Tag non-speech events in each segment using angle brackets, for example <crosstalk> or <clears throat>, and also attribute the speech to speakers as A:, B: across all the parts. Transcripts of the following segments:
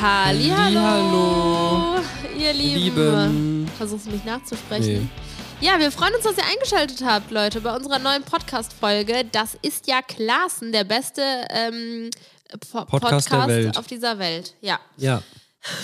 A: Hallihallo.
B: Hallihallo.
A: Ihr Lieben.
B: Lieben.
A: Versuchst du mich nachzusprechen? Ja, wir freuen uns, dass ihr eingeschaltet habt, Leute, bei unserer neuen Podcast-Folge. Das ist ja Klaassen, der beste ähm, Po-
B: Podcast der Welt.
A: auf dieser Welt. Ja. <laughs>
B: Ja.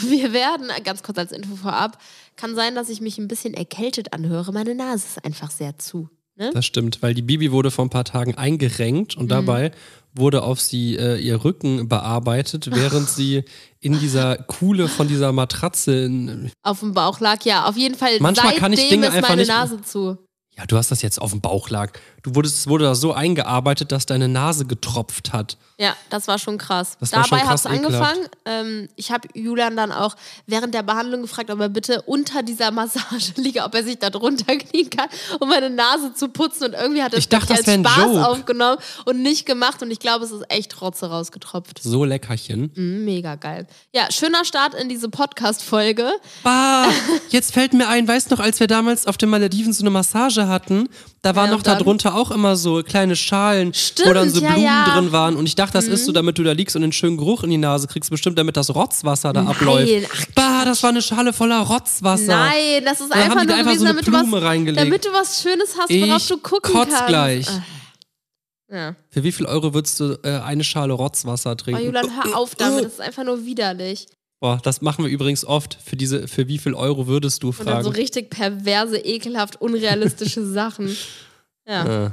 A: Wir werden, ganz kurz als Info vorab, kann sein, dass ich mich ein bisschen erkältet anhöre. Meine Nase ist einfach sehr zu. Ne?
B: Das stimmt, weil die Bibi wurde vor ein paar Tagen eingerenkt und dabei wurde auf sie äh, ihr Rücken bearbeitet, während sie in dieser Kuhle von dieser Matratze. In,
A: Auf dem Bauch lag, ja. Auf jeden Fall,
B: Manchmal
A: seitdem
B: kann ich Dinge
A: ist
B: einfach
A: meine
B: nicht-
A: Nase zu.
B: ja, du hast das jetzt auf dem Bauch lag. Du wurdest, es wurde da so eingearbeitet, dass deine Nase getropft hat.
A: Ja, das war schon krass.
B: Das war schon
A: Dabei hat
B: krass
A: es angefangen. Ähm, ich habe Julian dann auch während der Behandlung gefragt, ob er bitte unter dieser <laughs> Massage liege, ob er sich da drunter <laughs> knien kann, um meine Nase zu putzen. Und irgendwie hat er
B: Ich dachte,
A: wirklich
B: das wär ein
A: als Spaß
B: Joke.
A: aufgenommen und nicht gemacht. Und ich glaube, es ist echt Rotze rausgetropft.
B: So leckerchen.
A: Mhm, mega geil. Ja, schöner Start in diese Podcast-Folge.
B: Bah, jetzt fällt mir ein, weißt du noch, als wir damals auf den Malediven so eine Massage hatten, da waren
A: Ja, und
B: noch da
A: dann?
B: drunter auch immer so kleine Schalen, wo dann so
A: ja,
B: Blumen
A: ja. Mhm.
B: drin waren. Und ich dachte, das isst du, damit du da liegst und den schönen Geruch in die Nase kriegst, bestimmt damit das Rotzwasser da abläuft.
A: ach,
B: bah, das war eine Schale voller Rotzwasser.
A: Nein, das ist
B: Dann haben
A: einfach
B: die da
A: nur
B: einfach
A: gewesen,
B: so eine
A: damit, du was,
B: Blume reingelegt.
A: damit du was Schönes hast, worauf
B: Ich
A: du gucken
B: kotz
A: kannst.
B: gleich.
A: Ah, Ja.
B: Für wie viel Euro würdest du äh, eine Schale Rotzwasser
A: Oh,
B: trinken? Äh,
A: Julian, hör auf damit, das ist einfach nur widerlich.
B: Boah, das machen wir übrigens oft. Für diese, für wie viel Euro würdest du
A: Und dann so
B: fragen?
A: richtig perverse, ekelhaft,
B: <laughs>
A: unrealistische Sachen. Ja.
B: Äh.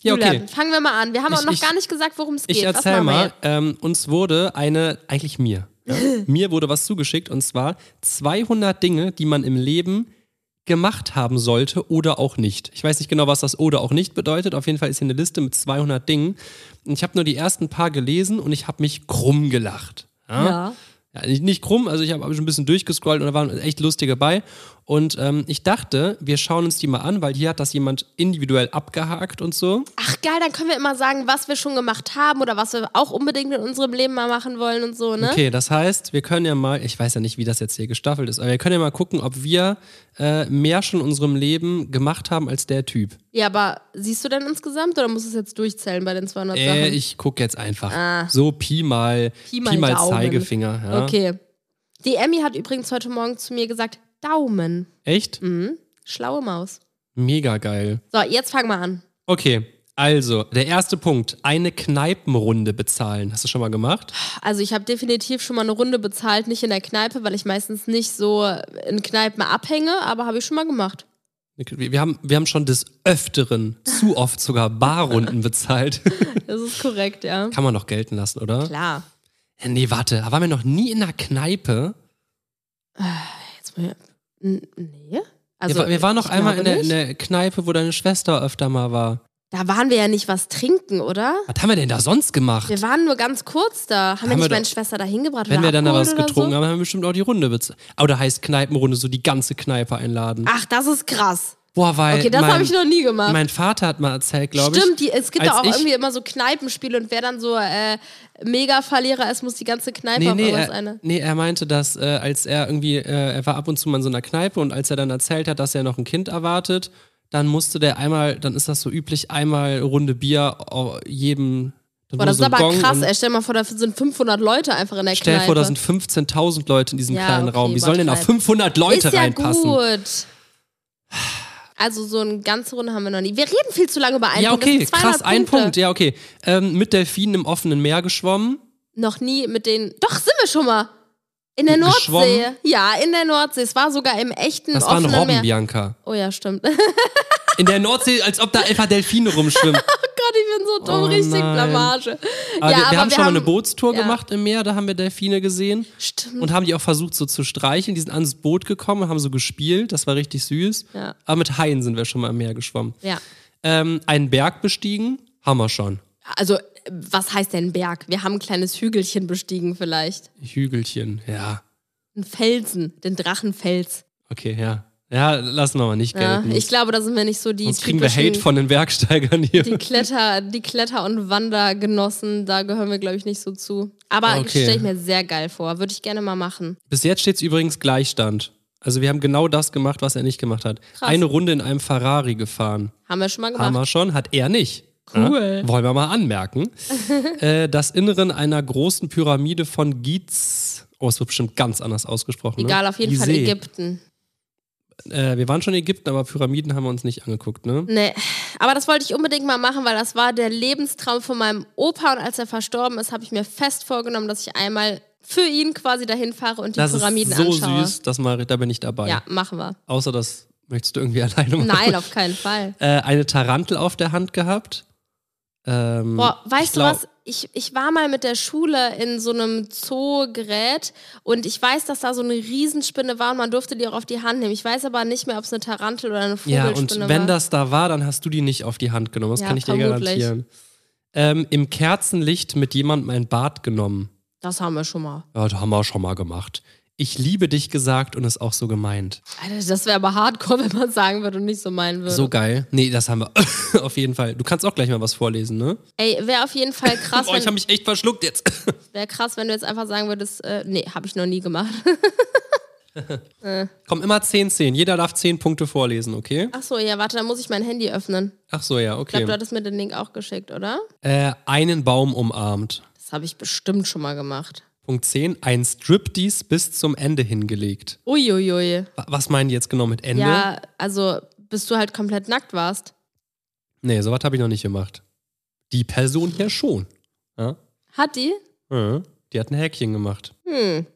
B: Ja, okay.
A: Julian, fangen wir mal an. Wir haben
B: Ich-
A: auch noch
B: ich-
A: gar nicht gesagt, worum es geht.
B: Ich
A: Was
B: erzähl
A: machen wir
B: mal,
A: jetzt?
B: ähm, uns wurde eine, eigentlich mir, ja, mir wurde was zugeschickt und zwar 200 Dinge, die man im Leben gemacht haben sollte oder auch nicht. Ich weiß nicht genau, was das oder auch nicht bedeutet. Auf jeden Fall ist hier eine Liste mit 200 Dingen. Und ich habe nur die ersten paar gelesen und ich habe mich krumm gelacht.
A: Ja.
B: Ja, nicht, nicht krumm, also ich habe hab schon ein bisschen durchgescrollt und da waren echt lustige bei. Und ähm, ich dachte, wir schauen uns die mal an, weil hier hat das jemand individuell abgehakt und so.
A: Ach geil, dann können wir immer sagen, was wir schon gemacht haben oder was wir auch unbedingt in unserem Leben mal machen wollen und so, ne?
B: Okay, das heißt, wir können ja mal, ich weiß ja nicht, wie das jetzt hier gestaffelt ist, aber wir können ja mal gucken, ob wir äh, mehr schon in unserem Leben gemacht haben als der Typ.
A: Ja, aber siehst du denn insgesamt oder musst du es jetzt durchzählen bei den 200 Sachen?
B: Äh, ich gucke jetzt einfach.
A: Ah.
B: So Pi mal,
A: Pi
B: Pi
A: mal
B: mal,
A: Daumen.
B: Zeigefinger. Ja.
A: Okay. Die Emmy hat übrigens heute Morgen zu mir gesagt, Daumen.
B: Echt?
A: Mhm. Schlaue Maus.
B: Mega geil.
A: So, jetzt fang mal an.
B: Okay, also, der erste Punkt, eine Kneipenrunde bezahlen. Hast du schon mal gemacht?
A: Also ich habe definitiv schon mal eine Runde bezahlt, nicht in der Kneipe, weil ich meistens nicht so in Kneipen abhänge, aber habe ich schon mal gemacht.
B: Wir wir haben, wir haben schon des Öfteren, zu oft sogar
A: <laughs>
B: Barrunden bezahlt.
A: Das ist korrekt, ja.
B: Kann man doch gelten lassen, oder?
A: Klar.
B: Nee, warte, waren wir noch nie in einer Kneipe?
A: Jetzt mal, N- nee. Also
B: wir, wa- Also, wir waren noch
A: ich
B: einmal
A: glaube
B: in der, in
A: nicht.
B: der Kneipe, wo deine Schwester öfter mal war.
A: Da waren wir ja nicht was trinken, oder?
B: Was haben wir denn da sonst gemacht?
A: Wir waren nur ganz kurz da. Haben, wir
B: wir
A: nicht
B: doch-
A: meine Schwester da hingebracht?
B: Wenn
A: oder
B: wir dann da
A: abgeholt
B: was
A: oder
B: getrunken
A: so?
B: haben, haben wir bestimmt auch die Runde bezahlt. Oder heißt Kneipenrunde so die ganze Kneipe einladen?
A: Ach, das ist krass.
B: Boah, weil
A: Okay, das
B: Äh, mein,
A: habe ich noch nie gemacht.
B: mein Vater hat mal erzählt, glaube ich.
A: Stimmt, die, es gibt
B: als
A: ja auch
B: ich-
A: irgendwie immer so Kneipenspiele und wer dann so äh, Mega-Verlierer ist, muss die ganze Kneipe
B: Nee, äh,
A: auf
B: nee,
A: irgendwas
B: er,
A: eine.
B: nee, er meinte, dass äh, als er irgendwie, äh, er war ab und zu mal in so einer Kneipe und als er dann erzählt hat, dass er noch ein Kind erwartet, dann musste der einmal, dann ist das so üblich, einmal Runde Bier au- jedem. dann
A: Boah,
B: wurde
A: das
B: so
A: ist
B: ein
A: aber
B: Gong
A: krass.
B: und-
A: Ey, stell mal vor, da sind 500 Leute einfach in der
B: Stell dir
A: Kneipe.
B: vor, da sind 15.000 Leute in diesem
A: Ja,
B: kleinen
A: okay,
B: Raum. Wie sollen denn da
A: übertreib.
B: 500 Leute
A: Ist ja
B: reinpassen?
A: gut. Also so eine ganze Runde haben wir noch nie. Wir reden viel zu lange über einen
B: Ja,
A: Punkt.
B: okay,
A: das sind 200
B: krass, ein
A: Punkte.
B: Punkt. Ja, okay. Ähm, mit Delfinen im offenen Meer geschwommen.
A: Noch nie mit den... Doch, sind wir schon mal. In der Nordsee.
B: Geschwommen?
A: Ja, in der Nordsee. Es war sogar im echten
B: Das waren
A: offenen
B: Robben,
A: Meer.
B: Bianca.
A: Oh ja, stimmt. <laughs>
B: In der Nordsee, als ob da einfach Delfine
A: <laughs>
B: rumschwimmen.
A: Gott, ich bin so dumm,
B: Oh
A: richtig
B: nein.
A: Blamage.
B: Aber
A: ja,
B: wir, wir
A: aber
B: haben schon
A: wir
B: mal eine Bootstour
A: ja.
B: gemacht im Meer, da haben wir Delfine gesehen.
A: Stimmt.
B: Und haben die auch versucht so zu streicheln. Die sind ans Boot gekommen und haben so gespielt. Das war richtig süß.
A: Ja.
B: Aber mit Haien sind wir schon mal im Meer geschwommen.
A: Ja.
B: Ähm, einen Berg bestiegen, haben wir schon.
A: Also, was heißt denn Berg? Wir haben ein kleines Hügelchen bestiegen vielleicht.
B: Hügelchen, ja.
A: Ein Felsen, den Drachenfels.
B: Okay, ja. Ja, lassen wir mal nicht
A: Ja,
B: gelten.
A: ich glaube, da sind wir nicht so die
B: Sonst kriegen wir
A: typischen-
B: Hate von den Bergsteigern hier.
A: Die Kletter, die Kletter- und Wandergenossen, da gehören wir, glaube ich, nicht so zu. Aber
B: Ah, okay.
A: stelle ich mir sehr geil vor. Würde ich gerne mal machen.
B: Bis jetzt steht es übrigens Gleichstand. Also wir haben genau das gemacht, was er nicht gemacht hat.
A: Krass.
B: Eine Runde in einem Ferrari gefahren.
A: Haben wir schon mal gemacht.
B: Haben wir schon, hat er nicht.
A: Cool.
B: Ja, wollen wir mal
A: <laughs>
B: anmerken. äh, das Inneren einer großen Pyramide von Giz. Oh, es wird bestimmt ganz anders ausgesprochen.
A: Egal,
B: ne?
A: auf jeden Fall
B: Gizeh.
A: Ägypten.
B: Äh, wir waren schon in Ägypten, aber Pyramiden haben wir uns nicht angeguckt, ne?
A: Nee, aber das wollte ich unbedingt mal machen, weil das war der Lebenstraum von meinem Opa und als er verstorben ist, habe ich mir fest vorgenommen, dass ich einmal für ihn quasi dahin fahre und die
B: das
A: Pyramiden
B: ist so
A: anschaue.
B: süß, das mal, da bin ich dabei.
A: Ja, machen wir.
B: Außer das möchtest du irgendwie alleine machen.
A: Nein, auf keinen Fall.
B: Äh, eine Tarantel auf der Hand gehabt. Ähm,
A: Boah,
B: ich
A: weißt du
B: glaub-
A: was? Ich, ich war mal mit der Schule in so einem Zoogerät und ich weiß, dass da so eine Riesenspinne war und man durfte die auch auf die Hand nehmen. Ich weiß aber nicht mehr, ob es eine Tarantel oder eine
B: Ja,
A: Vogelspinne
B: und
A: war.
B: wenn das da war, dann hast du die nicht auf die Hand genommen. Das
A: Ja,
B: kann ich
A: vermutlich.
B: dir garantieren. Ähm, Im Kerzenlicht mit jemandem ein Bad genommen.
A: das haben wir schon mal.
B: Ja, das haben wir schon mal gemacht. Ich liebe dich gesagt und ist auch so gemeint.
A: Alter, das wäre aber hardcore, <laughs> wenn man sagen würde und nicht so meinen würde.
B: So geil. Nee, das haben wir <laughs> auf jeden Fall. Du kannst auch gleich mal was vorlesen, ne?
A: Ey, wäre auf jeden
B: <laughs>
A: Fall krass,
B: Oh, ich habe
A: wenn,
B: mich echt verschluckt jetzt. <laughs>
A: wär krass, wenn du jetzt einfach sagen würdest, äh, nee, habe ich noch nie <laughs> gemacht.
B: Komm, immer 10, 10. Jeder darf 10 Punkte vorlesen, okay?
A: Ach so, ja, warte, dann muss ich mein Handy öffnen.
B: Ach so, ja,
A: Ich glaube, du
B: okay.
A: hattest mir den Link auch geschickt, oder?
B: Äh, einen Baum umarmt.
A: Das habe ich bestimmt schon mal gemacht.
B: Punkt 10. Ein Striptease bis zum Ende hingelegt.
A: Uiuiui.
B: Wa- Was meinen die jetzt genau mit Ende?
A: Ja, also bis du halt komplett nackt warst.
B: Nee, sowas habe ich noch nicht gemacht. Die Person hier schon. Ja?
A: Hat die?
B: Ja. Die hat ein Häkchen gemacht.
A: Hm.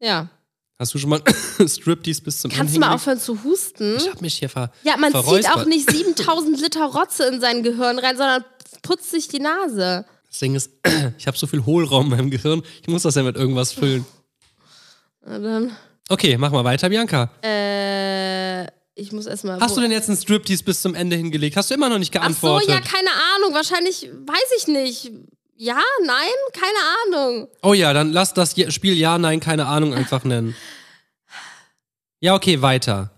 A: Ja.
B: Hast du schon mal <coughs> Striptease bis zum
A: Kannst du mal
B: Ende hingelegt?
A: aufhören zu husten?
B: Ich hab mich hier ver
A: Ja, man zieht
B: verräuspert.
A: auch nicht 7000 Liter Rotze in sein Gehirn rein, sondern putzt sich die Nase.
B: Das Ding ist, <coughs> ich habe so viel Hohlraum in meinem Gehirn, ich muss das ja mit irgendwas füllen.
A: Na dann.
B: Okay, mach mal weiter, Bianca.
A: Äh, ich muss erstmal.
B: Hast du denn jetzt einen Striptease bis zum Ende hingelegt? Hast du immer noch nicht
A: Ach so,
B: geantwortet?
A: ja, keine Ahnung. Wahrscheinlich weiß ich nicht. Ja, nein, keine Ahnung.
B: oh ja, dann lass das Je- Spiel Ja, Nein, keine Ahnung einfach nennen. Ja, okay,
A: <laughs>
B: weiter.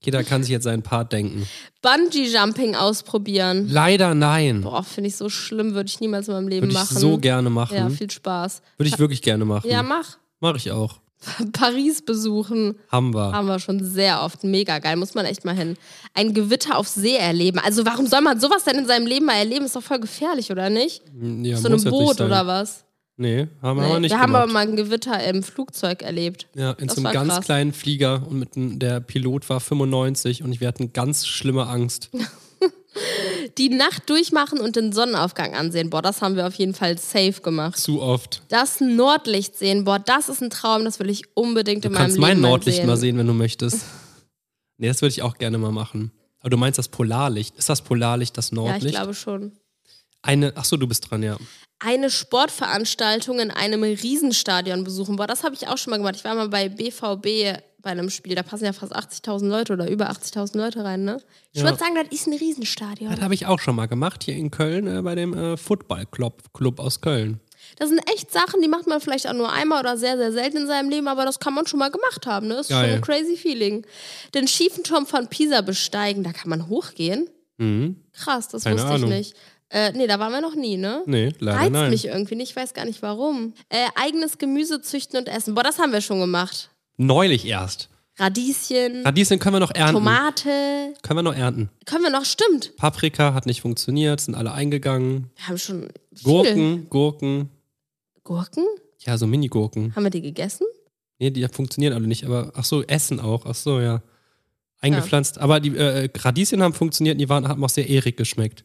B: Jeder kann sich jetzt seinen Part denken.
A: Bungee Jumping ausprobieren.
B: Leider nein.
A: Boah, finde ich so schlimm, würde ich niemals in meinem Leben
B: Würde ich
A: machen.
B: so gerne machen.
A: Ja, viel Spaß.
B: Würde ich wirklich gerne machen.
A: Ja, mach. <laughs>
B: Mach ich auch.
A: Paris besuchen.
B: Haben wir.
A: Haben wir schon sehr oft. Mega geil. Muss man echt mal hin. Ein Gewitter auf See erleben. Also, warum soll man sowas denn in seinem Leben mal erleben? Ist doch voll gefährlich, oder nicht?
B: Ja,
A: Auf so einem
B: muss jetzt nicht
A: Boot
B: sein.
A: oder was?
B: Nee, haben, haben wir
A: Nee.
B: nicht
A: wir haben
B: gemacht.
A: aber mal ein Gewitter im Flugzeug erlebt.
B: Ja, in
A: Das
B: so einem
A: war
B: ganz
A: krass.
B: kleinen Flieger und mit dem, der Pilot war 95 und wir hatten ganz schlimme Angst.
A: Die Nacht durchmachen und den Sonnenaufgang ansehen. Boah, das haben wir auf jeden Fall safe gemacht.
B: Zu oft.
A: Das Nordlicht sehen. Boah, das ist ein Traum, das will ich unbedingt
B: Du
A: in meinem
B: kannst
A: Leben
B: mein Nordlicht mal
A: mal
B: sehen, wenn du möchtest. <laughs> Nee, das würde ich auch gerne mal machen. Aber du meinst das Polarlicht. Ist das Polarlicht das
A: Ja, ich
B: Nordlicht?
A: glaube schon.
B: Eine, achso, du bist dran, ja.
A: Eine Sportveranstaltung in einem Riesenstadion besuchen. Boah, das habe ich auch schon mal gemacht. Ich war mal bei BVB bei einem Spiel. Da passen ja fast 80.000 Leute oder über 80.000 Leute rein, ne? Ich
B: Ja.
A: würde sagen, das ist ein
B: Das
A: Riesenstadion.
B: habe ich auch schon mal gemacht, hier in Köln, äh, bei dem äh, Football Club, Club aus Köln.
A: Das sind echt Sachen, die macht man vielleicht auch nur einmal oder sehr, sehr selten in seinem Leben, aber das kann man schon mal gemacht haben, ne? Ist
B: Geil.
A: schon ein crazy Feeling. Den schiefen Turm von Pisa besteigen, da kann man hochgehen.
B: Mhm.
A: Krass, das
B: Keine
A: wusste
B: Ahnung.
A: ich nicht. Äh, nee, da waren wir noch nie, ne?
B: Nee, leider
A: Reizt
B: nein.
A: mich irgendwie nicht, ich weiß gar nicht warum. Äh, eigenes Gemüse züchten und essen. Boah, das haben wir schon gemacht.
B: Neulich erst.
A: Radieschen,
B: Radieschen können wir noch ernten.
A: Tomate.
B: Können wir noch ernten.
A: Können wir noch, stimmt.
B: Paprika hat nicht funktioniert, sind alle eingegangen.
A: Wir haben schon viel.
B: Gurken, Gurken.
A: Gurken?
B: Ja, so Mini-Gurken.
A: Haben wir die gegessen?
B: Nee, die funktionieren alle nicht, aber ach so, Essen auch. Ach so, ja. Eingepflanzt. Aber die äh, Radieschen haben funktioniert und die waren, haben auch sehr erig geschmeckt.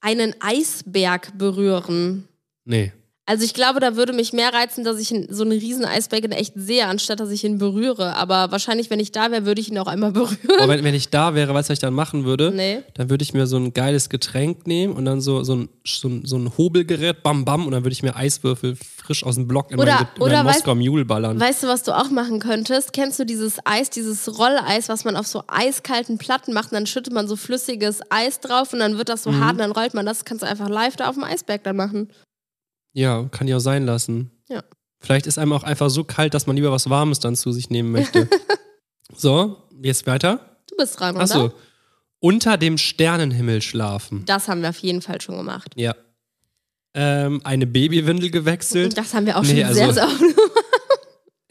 A: Einen Eisberg berühren.
B: Nee.
A: Also ich glaube, da würde mich mehr reizen, dass ich ihn- so einen riesen Eisberg in echt sehe, anstatt dass ich ihn berühre. Aber wahrscheinlich, wenn ich da wäre, würde ich ihn auch einmal <laughs> berühren.
B: Aber wenn, wenn ich da wäre, weißt du, was ich dann machen würde?
A: Nee.
B: Dann würde ich mir so ein geiles Getränk nehmen und dann so, so, ein, so, ein, so ein Hobelgerät, bam, bam, und dann würde ich mir Eiswürfel frisch aus dem Block in
A: Oder-
B: meinen, Get- in
A: oder
B: meinen
A: weißt-
B: Moskau Mule ballern.
A: Weißt du, was du auch machen könntest? Kennst du dieses Eis, dieses Rolleis, was man auf so eiskalten Platten macht und dann schüttet man so flüssiges Eis drauf und dann wird das so
B: Mhm.
A: hart und dann rollt man das. Kannst du einfach live da auf dem Eisberg dann machen.
B: Ja, kann ich auch sein lassen.
A: Ja.
B: Vielleicht ist einem auch einfach so kalt, dass man lieber was Warmes dann zu sich
A: <laughs>
B: nehmen möchte. so, jetzt weiter.
A: Du bist dran, oder?
B: Achso. Unter dem Sternenhimmel schlafen.
A: Das haben wir auf jeden Fall schon gemacht.
B: Ja. Ähm, eine Babywindel gewechselt,
A: Das haben wir auch
B: Nee,
A: schon
B: also-
A: sehr, sehr oft.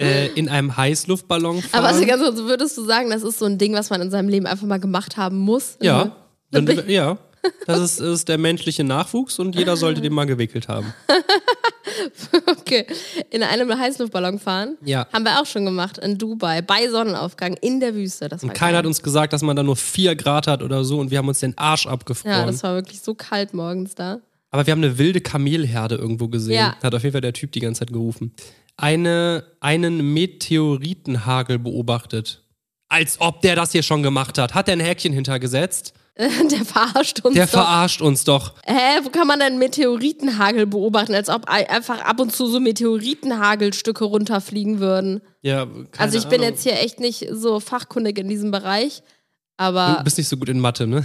B: äh, in einem Heißluftballon fahren.
A: Aber also ganz <laughs> kurz, würdest du sagen, das ist so ein Ding, was man in seinem Leben einfach mal gemacht haben muss?
B: ja, dann, ja. Das ist, ist der menschliche Nachwuchs und jeder sollte den mal
A: <laughs>
B: gewickelt haben.
A: Okay. In einem Heißluftballon fahren.
B: Ja.
A: Haben wir auch schon gemacht. In Dubai. Bei Sonnenaufgang. In der Wüste. Das war
B: Keiner
A: geil.
B: hat uns gesagt, dass man da nur 4 Grad hat oder so und wir haben uns den Arsch
A: Ja,
B: abgefroren.
A: das war wirklich so kalt morgens da.
B: Aber wir haben eine wilde Kamelherde irgendwo gesehen.
A: Ja.
B: Hat auf jeden Fall der Typ die ganze Zeit gerufen. Eine, einen Meteoritenhagel beobachtet. Als ob der das hier schon gemacht hat. Hat er ein Häkchen hintergesetzt?
A: <laughs> Der verarscht uns
B: Der
A: doch.
B: verarscht uns doch.
A: Hä, wo kann man denn Meteoritenhagel beobachten? Als ob ei- einfach ab und zu so Meteoritenhagelstücke runterfliegen würden.
B: Ja, keine
A: also ich bin
B: Ahnung.
A: jetzt hier echt nicht so fachkundig in diesem Bereich,
B: Du
A: aber
B: bist nicht so gut in Mathe, ne?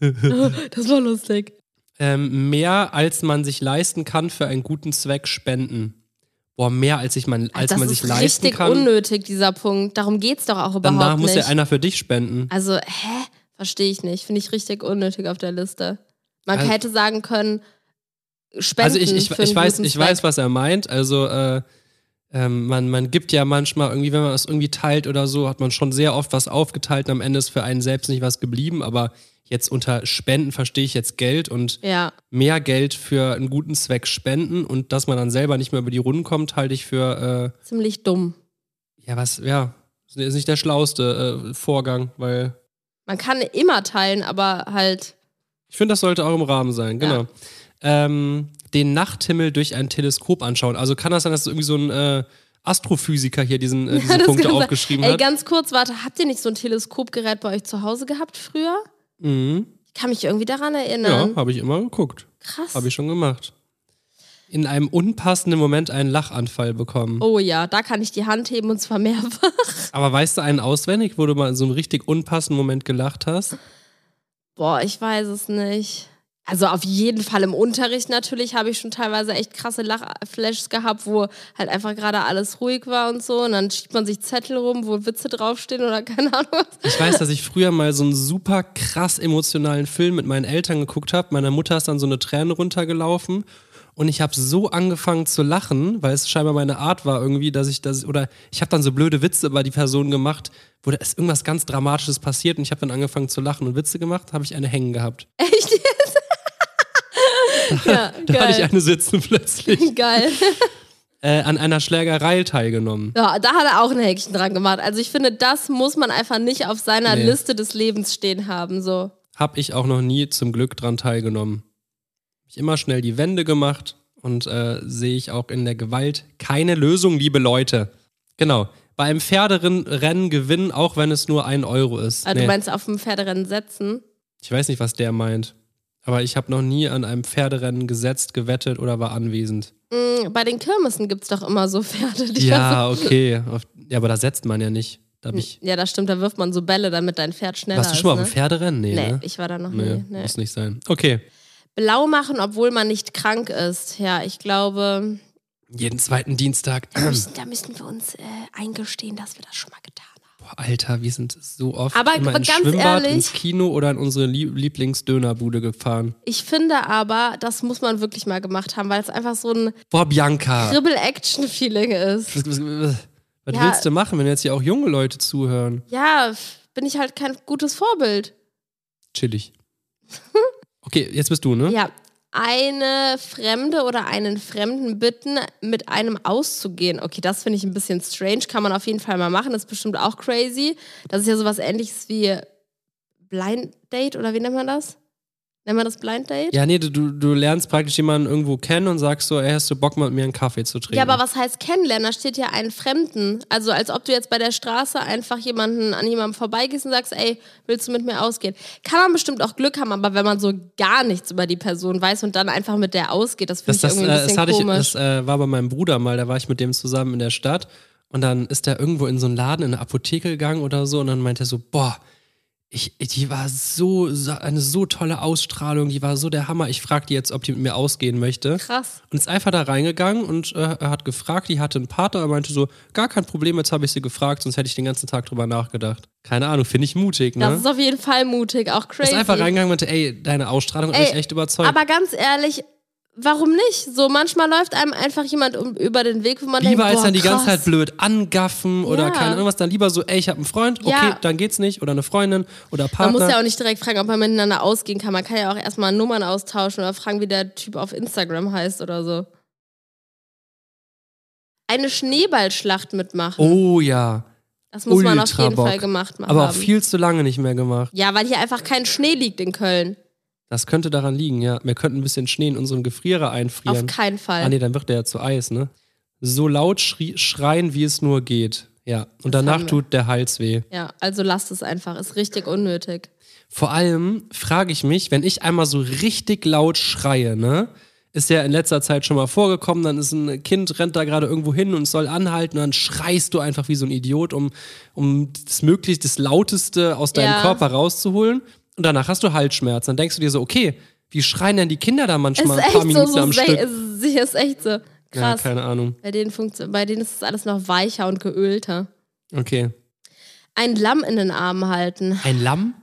B: Hm.
A: <laughs> das war lustig.
B: Ähm, mehr als man sich leisten kann für einen guten Zweck spenden. Boah, mehr als, ich man, als
A: das
B: man
A: ist
B: sich leisten
A: richtig
B: kann.
A: unnötig, dieser Punkt. Darum geht's doch auch überhaupt
B: Danach muss
A: nicht.
B: ja einer für dich spenden.
A: also, hä? Verstehe ich nicht. Finde ich richtig unnötig auf der Liste. Man
B: Also-
A: hätte sagen können, spenden
B: Also ich, ich,
A: für einen
B: ich, weiß,
A: guten
B: ich
A: Zweck.
B: weiß, was er meint. Also äh, ähm, man, man gibt ja manchmal irgendwie, wenn man es irgendwie teilt oder so, hat man schon sehr oft was aufgeteilt und am Ende ist für einen selbst nicht was geblieben. Aber jetzt unter Spenden verstehe ich jetzt Geld und
A: Ja,
B: mehr Geld für einen guten Zweck spenden und dass man dann selber nicht mehr über die Runden kommt, halte ich für,
A: ziemlich dumm.
B: äh, ja was, ja, ist nicht der schlauste äh, Vorgang, weil
A: Man kann immer teilen, aber halt
B: Ich finde, das sollte auch im Rahmen sein, genau.
A: Ja.
B: Ähm, den Nachthimmel durch ein Teleskop anschauen. Also kann das sein, dass irgendwie so ein äh, Astrophysiker hier diesen, äh, diese
A: Das
B: Punkte
A: kann sein.
B: aufgeschrieben
A: Ey,
B: hat?
A: ganz kurz, warte, habt ihr nicht so ein Teleskopgerät bei euch zu Hause gehabt früher?
B: Mhm.
A: Ich kann mich irgendwie daran erinnern.
B: Ja, habe ich immer geguckt.
A: Krass.
B: Habe ich schon gemacht. In einem unpassenden Moment einen Lachanfall bekommen.
A: Oh ja, da kann ich die Hand heben und zwar mehrfach.
B: Aber weißt du einen auswendig, wo du mal in so einem richtig unpassenden Moment gelacht hast?
A: <laughs> Boah, ich weiß es nicht. Also auf jeden Fall im Unterricht natürlich habe ich schon teilweise echt krasse Lachflashes gehabt, wo halt einfach gerade alles ruhig war und so. Und dann schiebt man sich Zettel rum, wo Witze draufstehen oder <laughs> keine Ahnung was.
B: Ich weiß, dass ich früher mal so einen super krass emotionalen Film mit meinen Eltern geguckt habe. Meiner Mutter ist dann so eine Träne runtergelaufen und ich habe so angefangen zu lachen, weil es scheinbar meine Art war irgendwie, dass ich das oder ich habe dann so blöde Witze über die Person gemacht, wo da ist irgendwas ganz Dramatisches passiert und ich habe dann angefangen zu lachen und Witze gemacht, habe ich eine hängen gehabt.
A: Echt jetzt? ja,
B: <laughs> Da hatte ich
A: geil.
B: eine sitzen plötzlich.
A: Geil.
B: Äh, an einer Schlägerei teilgenommen.
A: Ja, da hat er auch ein Häkchen dran gemacht. Also ich finde, das muss man einfach nicht auf seiner
B: Nee.
A: Liste des Lebens stehen haben. So.
B: Hab ich auch noch nie zum Glück dran teilgenommen. Ich immer schnell die Wende gemacht und äh, sehe ich auch in der Gewalt keine Lösung, liebe Leute. Genau. Bei einem Pferderennen gewinnen, auch wenn es nur ein Euro ist.
A: Ah, Du
B: Nee,
A: meinst auf dem Pferderennen setzen?
B: ich weiß nicht, was der meint. Aber ich habe noch nie an einem Pferderennen gesetzt, gewettet oder
A: <laughs>
B: war anwesend.
A: Hm, bei den Kirmessen gibt es doch immer so <laughs> Pferde, die
B: Ja, okay. Auf, ja, aber da setzt man ja nicht. Da hab ich,
A: Ja, das stimmt, da wirft man so Bälle, damit dein Pferd schneller
B: warst du schon mal
A: ist.
B: auf einem Pferderennen? Nee,
A: ne?
B: ne?
A: Nee, ich war da noch
B: nee,
A: nie. Nee.
B: muss nicht sein. Okay.
A: Blau machen, obwohl man nicht krank ist. Ja, ich glaube,
B: Jeden zweiten
A: <clears throat>
B: Dienstag.
A: da müssen, da müssen wir uns äh, eingestehen, dass wir das schon mal getan haben.
B: Boah, Alter, wir sind so oft
A: Aber
B: immer
A: ganz
B: ins Schwimmbad,
A: ehrlich-
B: ins Kino oder in unsere Lieb Lieblingsdönerbude gefahren.
A: Ich finde aber, das muss man wirklich mal gemacht haben, weil es einfach so ein
B: Boah, Bianca.
A: Kribbel-Action-Feeling ist.
B: Was, was, was
A: Ja.
B: willst du machen, wenn jetzt hier auch junge Leute zuhören?
A: Ja, f- bin ich halt kein gutes Vorbild. <laughs>
B: Chillig. Okay, jetzt bist du, ne?
A: Ja, eine Fremde oder einen Fremden bitten, mit einem auszugehen. Okay, das finde ich ein bisschen strange. Kann man auf jeden Fall mal machen. Das ist bestimmt auch crazy. Das ist ja sowas ähnliches wie Blind Date oder wie nennt man das? Nennt man das Blind Date?
B: Ja, nee, du- du, du lernst praktisch jemanden irgendwo kennen und sagst so, ey, hast du Bock mal mit mir einen Kaffee zu trinken?
A: Ja, aber was heißt kennenlernen? Da steht ja einen Fremden. Also als ob du jetzt bei der Straße einfach jemanden an jemandem vorbeigehst und sagst, ey, willst du mit mir ausgehen? Kann man bestimmt auch Glück haben, aber wenn man so gar nichts über die Person weiß und dann einfach mit der ausgeht, das finde
B: Das,
A: ich
B: das, äh,
A: irgendwie ein
B: das,
A: bisschen
B: hatte ich,
A: komisch.
B: das äh, war bei meinem Bruder mal, da war ich mit dem zusammen in der Stadt und dann ist er irgendwo in so einen Laden, in eine Apotheke gegangen oder so und dann meinte er so, boah, ich, ich- die war so, so, eine so tolle Ausstrahlung, die war so der Hammer, ich frag die jetzt, ob die mit mir ausgehen möchte.
A: Krass.
B: Und ist einfach da reingegangen und äh, er hat gefragt, die hatte einen Partner, er meinte so, gar kein Problem, jetzt habe ich sie gefragt, sonst hätte ich den ganzen Tag drüber nachgedacht. Keine Ahnung, finde ich mutig,
A: Das
B: ne?
A: ist auf jeden Fall mutig, auch crazy.
B: Ist einfach reingegangen und meinte, ey, deine Ausstrahlung hat
A: Ey,
B: mich echt überzeugt.
A: aber ganz ehrlich, warum nicht? So, manchmal läuft einem einfach jemand um, über den Weg, wo man
B: Lieber
A: denkt,
B: als
A: boah,
B: dann die ganze
A: krass.
B: Zeit blöd angaffen oder
A: Ja.
B: keine Ahnung was, dann lieber so, ey, ich habe einen Freund, okay,
A: Ja.
B: dann geht's nicht. Oder eine Freundin oder
A: Man muss
B: Partner.
A: ja auch nicht direkt fragen, ob man miteinander ausgehen kann. Man kann ja auch erstmal Nummern austauschen oder fragen, wie der Typ auf Instagram heißt oder so. Eine Schneeballschlacht mitmachen.
B: oh ja,
A: das muss man auf
B: ultra
A: jeden
B: Bock.
A: Fall gemacht machen.
B: aber auch
A: haben.
B: viel zu lange nicht mehr gemacht.
A: ja, weil hier einfach kein Schnee liegt in Köln.
B: Das könnte daran liegen, ja. Wir könnten ein bisschen Schnee in unseren Gefrierer einfrieren.
A: Auf keinen Fall.
B: Ah nee, dann wird der ja zu Eis, ne? So laut schrie, schreien, wie es nur geht. Ja, und
A: Das
B: danach
A: haben wir.
B: tut der Hals weh.
A: Ja, also lasst es einfach. Ist richtig unnötig.
B: Vor allem frage ich mich, wenn ich einmal so richtig laut schreie, ne? Ist ja in letzter Zeit schon mal vorgekommen, dann ist ein Kind, rennt da gerade irgendwo hin und soll anhalten, dann schreist du einfach wie so ein Idiot, um, um das möglichst das Lauteste aus deinem
A: Ja.
B: Körper rauszuholen. Und danach hast du Halsschmerzen. Dann denkst du dir so, okay, wie schreien denn die Kinder da manchmal ein paar Minuten
A: so,
B: am
A: se-
B: Stück?
A: ist- ist echt so. Krass.
B: Ja, keine Ahnung.
A: bei, denen funktio- bei denen ist es alles noch weicher und geölter.
B: Okay.
A: Ein Lamm in den Armen halten.
B: Ein Lamm?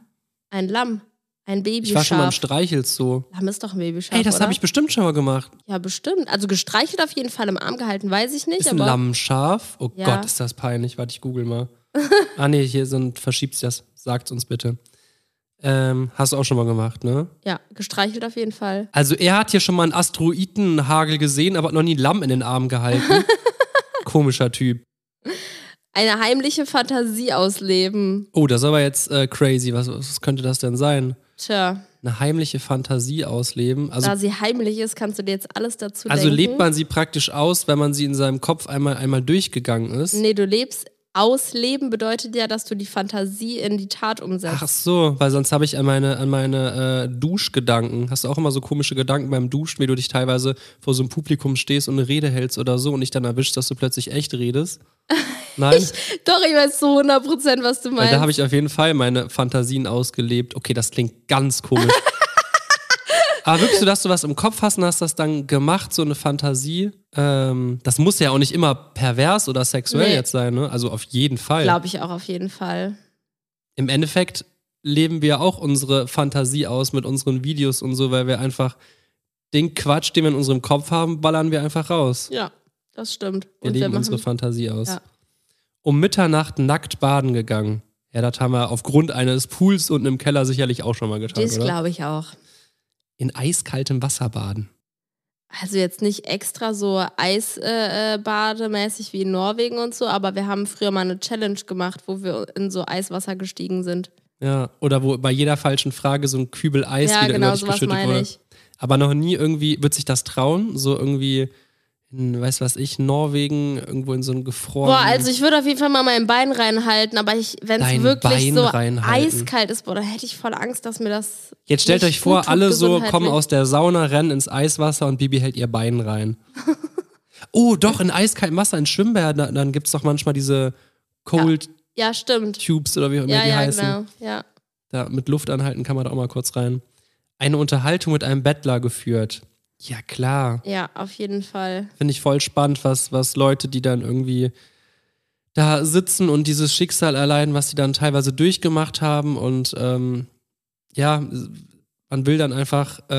A: Ein Lamm. Ein Babyschaf.
B: Ich war schon mal im Streichelzoo.
A: Lamm ist doch ein Babyschaf.
B: Ey, das
A: oder?
B: habe ich bestimmt schon mal gemacht.
A: Ja, bestimmt. Also gestreichelt auf jeden Fall im Arm gehalten, weiß ich nicht.
B: Ist ein
A: aber
B: Lamm scharf? Oh
A: Ja.
B: Gott, ist das peinlich. Warte, ich google mal. ah, nee, hier sind, verschiebt's das. Sagt's uns bitte. Ähm, hast du auch schon mal gemacht, ne?
A: Ja, gestreichelt auf jeden Fall.
B: Also, er hat hier schon mal einen Asteroidenhagel gesehen, aber hat noch nie ein Lamm in den
A: <laughs>
B: Arm gehalten. Komischer Typ.
A: Eine heimliche Fantasie ausleben.
B: Oh, das ist aber jetzt äh, crazy. Was, was könnte das denn sein?
A: Tja,
B: Eine heimliche Fantasie ausleben. Also,
A: da sie heimlich ist, kannst du dir jetzt alles dazu
B: also
A: denken.
B: lebt man sie praktisch aus, wenn man sie in seinem Kopf einmal, einmal durchgegangen ist.
A: Nee, du lebst. Ausleben bedeutet ja, dass du die Fantasie in die Tat umsetzt.
B: Ach so, weil sonst habe ich an meine, an meine äh, Duschgedanken. Hast du auch immer so komische Gedanken beim Duschen, wie du dich teilweise vor so einem Publikum stehst und eine Rede hältst oder so und dich dann erwischst, dass du plötzlich
A: <laughs>
B: echt redest? Nein,
A: Doch, ich weiß zu 100%, was du
B: weil
A: meinst.
B: da habe ich auf jeden Fall meine Fantasien ausgelebt. Okay, das klingt
A: <laughs>
B: ganz komisch. Aber wirklich so, dass du was im Kopf hast und hast das dann gemacht, so eine Fantasie. Ähm, das muss ja auch nicht immer pervers oder sexuell
A: Nee.
B: jetzt sein, ne? Also auf jeden Fall.
A: Glaube ich auch auf jeden Fall.
B: im Endeffekt leben wir auch unsere Fantasie aus mit unseren Videos und so, weil wir einfach den Quatsch, den wir in unserem Kopf haben, ballern wir einfach raus.
A: Ja, das stimmt.
B: Wir
A: Und
B: leben
A: machen-
B: unsere Fantasie aus.
A: Ja.
B: Um Mitternacht nackt baden gegangen. Ja, das haben wir aufgrund eines Pools unten im Keller sicherlich auch schon mal getan,
A: Das
B: oder?
A: glaube ich auch.
B: In eiskaltem Wasser baden.
A: Also jetzt nicht extra so Eisbademäßig äh, bademäßig wie in Norwegen und so, aber wir haben früher mal eine Challenge gemacht, wo wir in so Eiswasser gestiegen sind.
B: Ja, oder wo bei jeder falschen Frage so ein Kübel Eis
A: ja,
B: wieder über
A: genau
B: dich
A: sowas
B: geschüttet
A: meine
B: wurde.
A: ich.
B: Aber noch nie irgendwie, wird sich das trauen? So irgendwie, in, weiß was ich, Norwegen, irgendwo in so einem gefrorenen...
A: Boah, also ich würde auf jeden Fall mal mein Bein reinhalten, aber ich, wenn es
B: Dein
A: wirklich
B: Bein
A: so
B: reinhalten.
A: eiskalt ist, boah, da hätte ich voll Angst, dass mir das.
B: Jetzt stellt
A: nicht
B: euch
A: gut
B: vor,
A: tut
B: alle so
A: gesundheitlich.
B: kommen aus der Sauna, rennen ins Eiswasser und Bibi hält ihr Bein rein. <laughs> oh, doch, in eiskaltem Wasser, in Schwimmbädern, da- dann gibt es doch manchmal diese Cold
A: Ja, stimmt.
B: Tubes oder wie auch immer
A: Ja,
B: die
A: ja,
B: heißen.
A: genau. Ja.
B: Da, mit Luft anhalten kann man da auch mal kurz rein. Eine Unterhaltung mit einem Bettler geführt. Ja, klar.
A: ja, auf jeden Fall.
B: Finde ich voll spannend, was, was Leute, die dann irgendwie da sitzen und dieses Schicksal erleiden, was sie dann teilweise durchgemacht haben. Und ähm, ja, man will dann einfach, äh,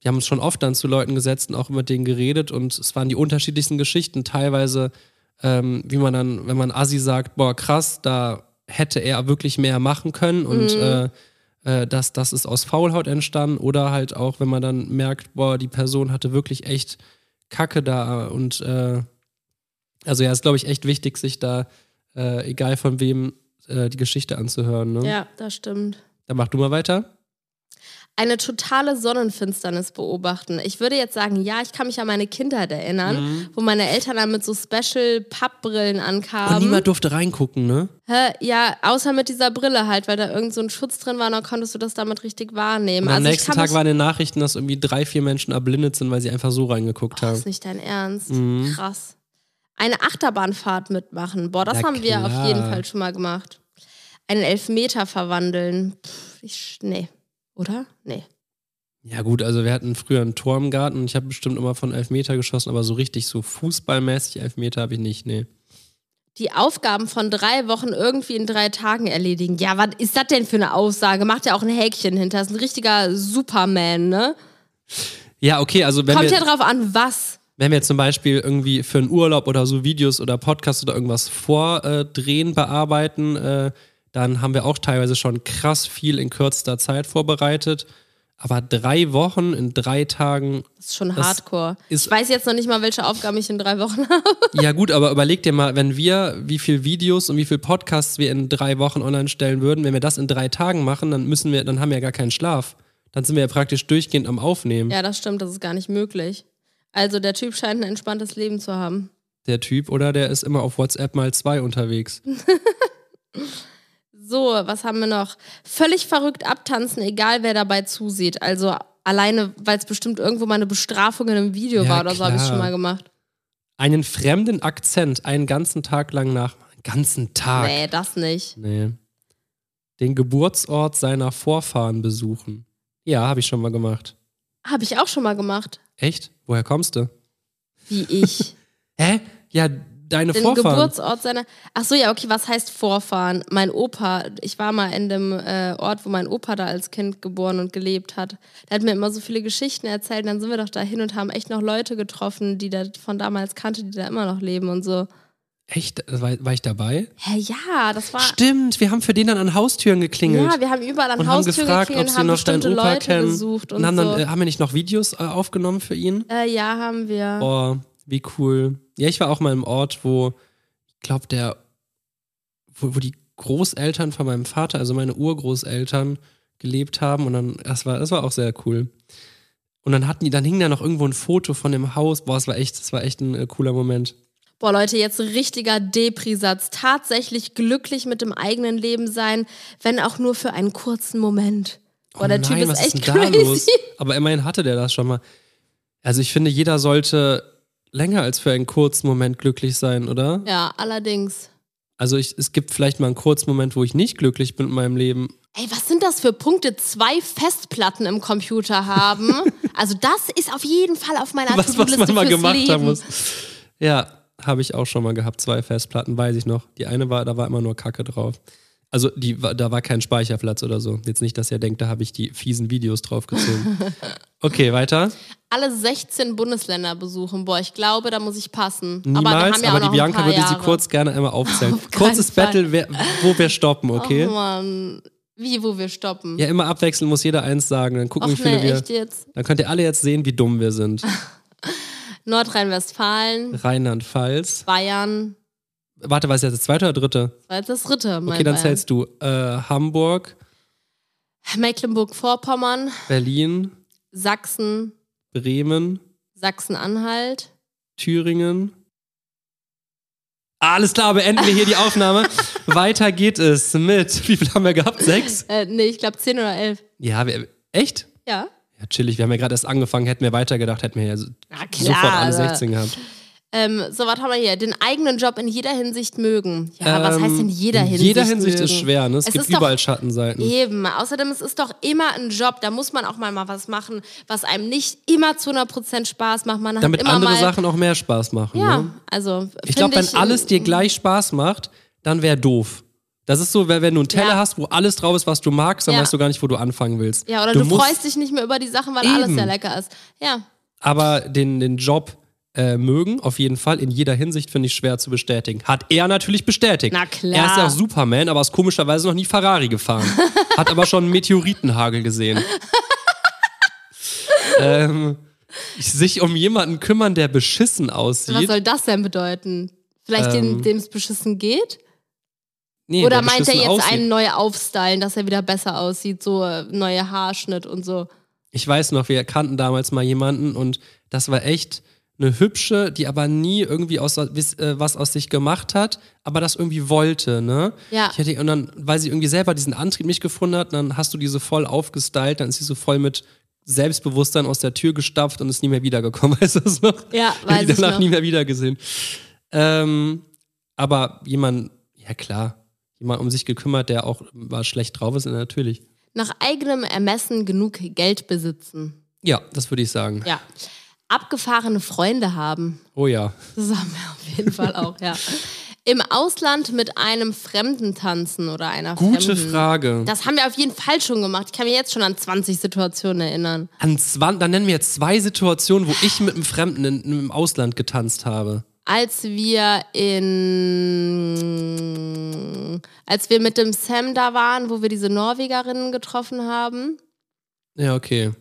B: wir haben uns schon oft dann zu Leuten gesetzt und auch mit denen geredet und es waren die unterschiedlichsten Geschichten. Teilweise, ähm, wie man dann, wenn man Assi sagt, boah, krass, da hätte er wirklich mehr machen können und
A: Mhm.
B: äh, äh, das, das ist aus Faulhaut entstanden. Oder halt auch, wenn man dann merkt, boah, die Person hatte wirklich echt Kacke da und äh, also ja, ist glaube ich echt wichtig, sich da, äh, egal von wem, äh, die Geschichte anzuhören. Ne?
A: Ja, das stimmt.
B: Dann mach du mal weiter.
A: Eine totale Sonnenfinsternis beobachten. Ich würde jetzt sagen, ja, ich kann mich an meine Kindheit erinnern,
B: Mhm.
A: wo meine Eltern dann mit so Special Pappbrillen ankamen.
B: Und niemand durfte reingucken, ne?
A: Hä? Ja, außer mit dieser Brille halt, weil da irgend so ein Schutz drin war, und dann konntest du das damit richtig wahrnehmen.
B: Und am
A: also
B: nächsten
A: ich kann
B: Tag
A: mich,
B: waren in den Nachrichten, dass irgendwie drei, vier Menschen erblindet sind, weil sie einfach so reingeguckt
A: das
B: haben.
A: ist nicht dein Ernst.
B: Mhm.
A: Krass. Eine Achterbahnfahrt mitmachen. Boah, das
B: Na
A: haben wir
B: klar.
A: auf jeden Fall schon mal gemacht. Einen Elfmeter verwandeln. Pff, ich, nee. Oder? Nee.
B: Ja gut, also wir hatten früher einen Tor im Garten und ich habe bestimmt immer von Elfmeter geschossen, aber so richtig so fußballmäßig Elfmeter habe ich nicht, nee.
A: die Aufgaben von drei Wochen irgendwie in drei Tagen erledigen. Ja, was ist das denn für eine Aussage? Macht ja auch ein Häkchen hinter. Ist ein richtiger Superman, ne?
B: Ja, okay, also wenn
A: Kommt
B: wir,
A: ja drauf an, was.
B: wenn wir zum Beispiel irgendwie für einen Urlaub oder so Videos oder Podcasts oder irgendwas vordrehen, bearbeiten, äh, dann haben wir auch teilweise schon krass viel in kürzester Zeit vorbereitet. Aber drei Wochen in drei Tagen
A: Das ist schon
B: Das
A: hardcore.
B: ist-
A: ich weiß jetzt noch nicht mal, welche Aufgaben ich in drei Wochen habe.
B: Ja, gut, aber überleg dir mal, wenn wir, wie viel Videos und wie viel Podcasts wir in drei Wochen online stellen würden, wenn wir das in drei Tagen machen, dann müssen wir, dann haben wir ja gar keinen Schlaf. Dann sind wir ja praktisch durchgehend am Aufnehmen.
A: Ja, das stimmt, das ist gar nicht möglich. Also der Typ scheint ein entspanntes Leben zu haben.
B: Der Typ, oder der ist immer auf WhatsApp mal zwei unterwegs.
A: So, was haben wir noch? Völlig verrückt abtanzen, egal wer dabei zusieht. Also alleine, weil es bestimmt irgendwo mal eine Bestrafung in einem Video
B: Ja,
A: war oder so, habe ich
B: klar.
A: schon mal gemacht.
B: Einen fremden Akzent einen ganzen Tag lang nachmachen. Einen ganzen Tag.
A: Nee, das nicht.
B: Nee. Den Geburtsort seiner Vorfahren besuchen. Ja, habe ich schon mal gemacht.
A: Habe ich auch schon mal gemacht.
B: Echt? Woher kommst du?
A: Wie ich.
B: Hä? Ja, deine
A: Den
B: Äh, Vorfahren.
A: Geburtsort seiner. Ach so, ja, okay, was heißt Vorfahren? Mein Opa, ich war mal in dem äh, Ort, wo mein Opa da als Kind geboren und gelebt hat. Der hat mir immer so viele Geschichten erzählt. Dann sind wir doch dahin und haben echt noch Leute getroffen, die da von damals kannte, die da immer noch leben und so.
B: Echt? War, war ich dabei?
A: Hä, ja, das war.
B: Stimmt, wir haben für den dann an Haustüren geklingelt.
A: Ja, wir haben überall an
B: und haben
A: Haustüren
B: gefragt, ob
A: geklingelt,
B: sie
A: haben
B: noch deinen
A: bestimmte
B: Opa
A: Leute
B: kennen.
A: gesucht und,
B: haben,
A: so.
B: dann, äh, haben wir nicht noch Videos äh, aufgenommen für ihn?
A: äh, ja, haben wir.
B: Boah, wie cool. Ja, ich war auch mal im Ort, wo, ich glaube, der, wo, wo die Großeltern von meinem Vater, also meine Urgroßeltern, gelebt haben. Und dann, das war, das war auch sehr cool. Und dann hatten die, dann hing da noch irgendwo ein Foto von dem Haus. Boah, das war echt, das war echt ein äh, cooler Moment.
A: Boah, Leute, jetzt ein richtiger Depri-Satz. Tatsächlich glücklich mit dem eigenen Leben sein, wenn auch nur für einen kurzen Moment. Boah, der Typ ist
B: Oh was
A: echt
B: denn da
A: crazy.
B: los? Aber immerhin hatte der das schon mal. Also ich finde, jeder sollte länger als für einen kurzen Moment glücklich sein, oder?
A: <laughs> Ja, allerdings.
B: Also ich, es gibt vielleicht mal einen kurzen Moment, wo ich nicht glücklich bin in meinem Leben.
A: Ey, was sind das für Punkte? Zwei Festplatten im Computer
B: <laughs>
A: haben. also das ist auf jeden Fall auf meiner
B: Was, was
A: To-Do-Liste
B: man mal
A: fürs
B: gemacht
A: Leben.
B: haben muss. Ja, habe ich auch schon mal gehabt. Zwei Festplatten, weiß ich noch. Die eine war, da war immer nur Kacke drauf. Also die, war- da war kein Speicherplatz oder so. Jetzt nicht, dass ihr denkt, da habe ich die fiesen
A: <laughs>
B: Videos draufgezogen. Okay, weiter.
A: Alle 16 Bundesländer besuchen. Boah, ich glaube, da muss ich passen. aber wir
B: Niemals,
A: haben ja
B: aber,
A: auch noch
B: die Bianca
A: ein paar
B: würde
A: Jahre.
B: sie kurz gerne
A: <laughs>
B: einmal aufzählen.
A: Auf keinen
B: Kurzes
A: Fall.
B: Battle, wer, wo wir stoppen, okay?
A: Ach, Mann. Wie, wo wir stoppen?
B: ja, immer abwechseln muss jeder eins sagen, dann gucken,
A: Och
B: wie viele
A: ne,
B: wir.
A: echt jetzt.
B: Dann könnt ihr alle jetzt sehen, wie dumm
A: <laughs>
B: wir sind.
A: Nordrhein-Westfalen,
B: Rheinland-Pfalz.
A: Bayern,
B: Warte, was ist jetzt das zweite oder dritte?
A: war jetzt das dritte. Mein
B: Okay, dann
A: Bayern.
B: zählst du. Äh, Hamburg,
A: Mecklenburg-Vorpommern,
B: Berlin,
A: Sachsen,
B: Bremen,
A: Sachsen-Anhalt.
B: Thüringen. Alles klar, beenden wir hier die Aufnahme.
A: <laughs>
B: Weiter geht es mit. Wie viel haben wir gehabt? Sechs?
A: Äh, nee, ich glaube 10 oder 11.
B: Ja, wir, echt?
A: Ja.
B: Ja, chillig. Wir haben ja gerade erst angefangen, hätten wir weitergedacht, hätten wir ja so-
A: Na Ah, klar,
B: sofort alle
A: aber-
B: 16 gehabt.
A: Ähm, so, was haben wir hier? Den eigenen Job in jeder Hinsicht mögen. Ja, was
B: Ähm,
A: heißt in jeder Hinsicht?
B: Jeder Hinsicht
A: mögen?
B: ist schwer, ne? Es,
A: Es
B: gibt
A: ist doch-
B: überall Schattenseiten.
A: Eben. Außerdem, es ist doch immer ein Job. Da muss man auch mal, mal was machen, was einem nicht immer zu 100% Spaß macht. Man
B: Damit
A: hat immer
B: andere
A: mal,
B: Sachen auch mehr Spaß machen.
A: Ja, äh,
B: Ne?
A: also.
B: Ich glaube, wenn alles dir gleich Spaß macht, dann wäre doof. Das ist so, wenn wenn du einen Teller
A: Ja.
B: hast, wo alles drauf ist, was du magst, dann
A: Ja.
B: weißt du gar nicht, wo du anfangen willst.
A: Ja, oder du,
B: musst
A: freust dich nicht mehr über die Sachen, weil alles
B: Eben.
A: ja lecker ist. Ja,
B: aber den, den Job äh, mögen, auf jeden Fall, in jeder Hinsicht finde ich schwer zu bestätigen. Hat er natürlich bestätigt.
A: Na klar.
B: Er ist ja auch Superman, aber ist komischerweise noch nie Ferrari gefahren.
A: <laughs>
B: Hat aber schon einen Meteoritenhagel gesehen. ähm, sich um jemanden kümmern, der beschissen
A: was
B: aussieht.
A: soll das denn bedeuten? Vielleicht
B: Ähm.
A: den, dem es beschissen geht?
B: Nee,
A: Oder
B: der
A: meint er
B: beschissen
A: jetzt
B: aussieht.
A: einen neu aufstylen, dass er wieder besser aussieht, so äh, neue Haarschnitt und so?
B: Ich weiß noch, wir kannten damals mal jemanden und das war echt eine hübsche, die aber nie irgendwie aus, wis- äh, was aus sich gemacht hat, aber das irgendwie wollte, ne?
A: Ja.
B: Ich hätte, und dann, weil sie irgendwie selber diesen Antrieb nicht gefunden hat, dann hast du diese voll aufgestylt, dann ist sie so voll mit Selbstbewusstsein aus der Tür gestapft und ist nie mehr wiedergekommen. <laughs> Weißt du das noch?
A: Ja,
B: Ich hab
A: weiß
B: die
A: ich
B: danach
A: noch.
B: nie mehr wiedergesehen. Ähm, aber jemand, ja klar, jemand um sich gekümmert, der auch mal schlecht drauf ist, natürlich.
A: Nach eigenem Ermessen genug Geld besitzen.
B: Ja, das würde ich sagen.
A: Ja. Abgefahrene Freunde haben.
B: Oh ja. <laughs>
A: Das haben wir auf jeden Fall auch, ja. im Ausland mit einem Fremden tanzen oder einer
B: Gute
A: Fremden?
B: Frage.
A: Das haben wir auf jeden Fall schon gemacht. Ich kann mich jetzt schon an 20 Situationen erinnern.
B: An zwei, dann nennen wir jetzt zwei Situationen, wo ich mit einem Fremden in, im Ausland getanzt habe.
A: Als wir in. Als wir mit dem Sam da waren, wo wir diese Norwegerinnen getroffen haben.
B: Ja, okay.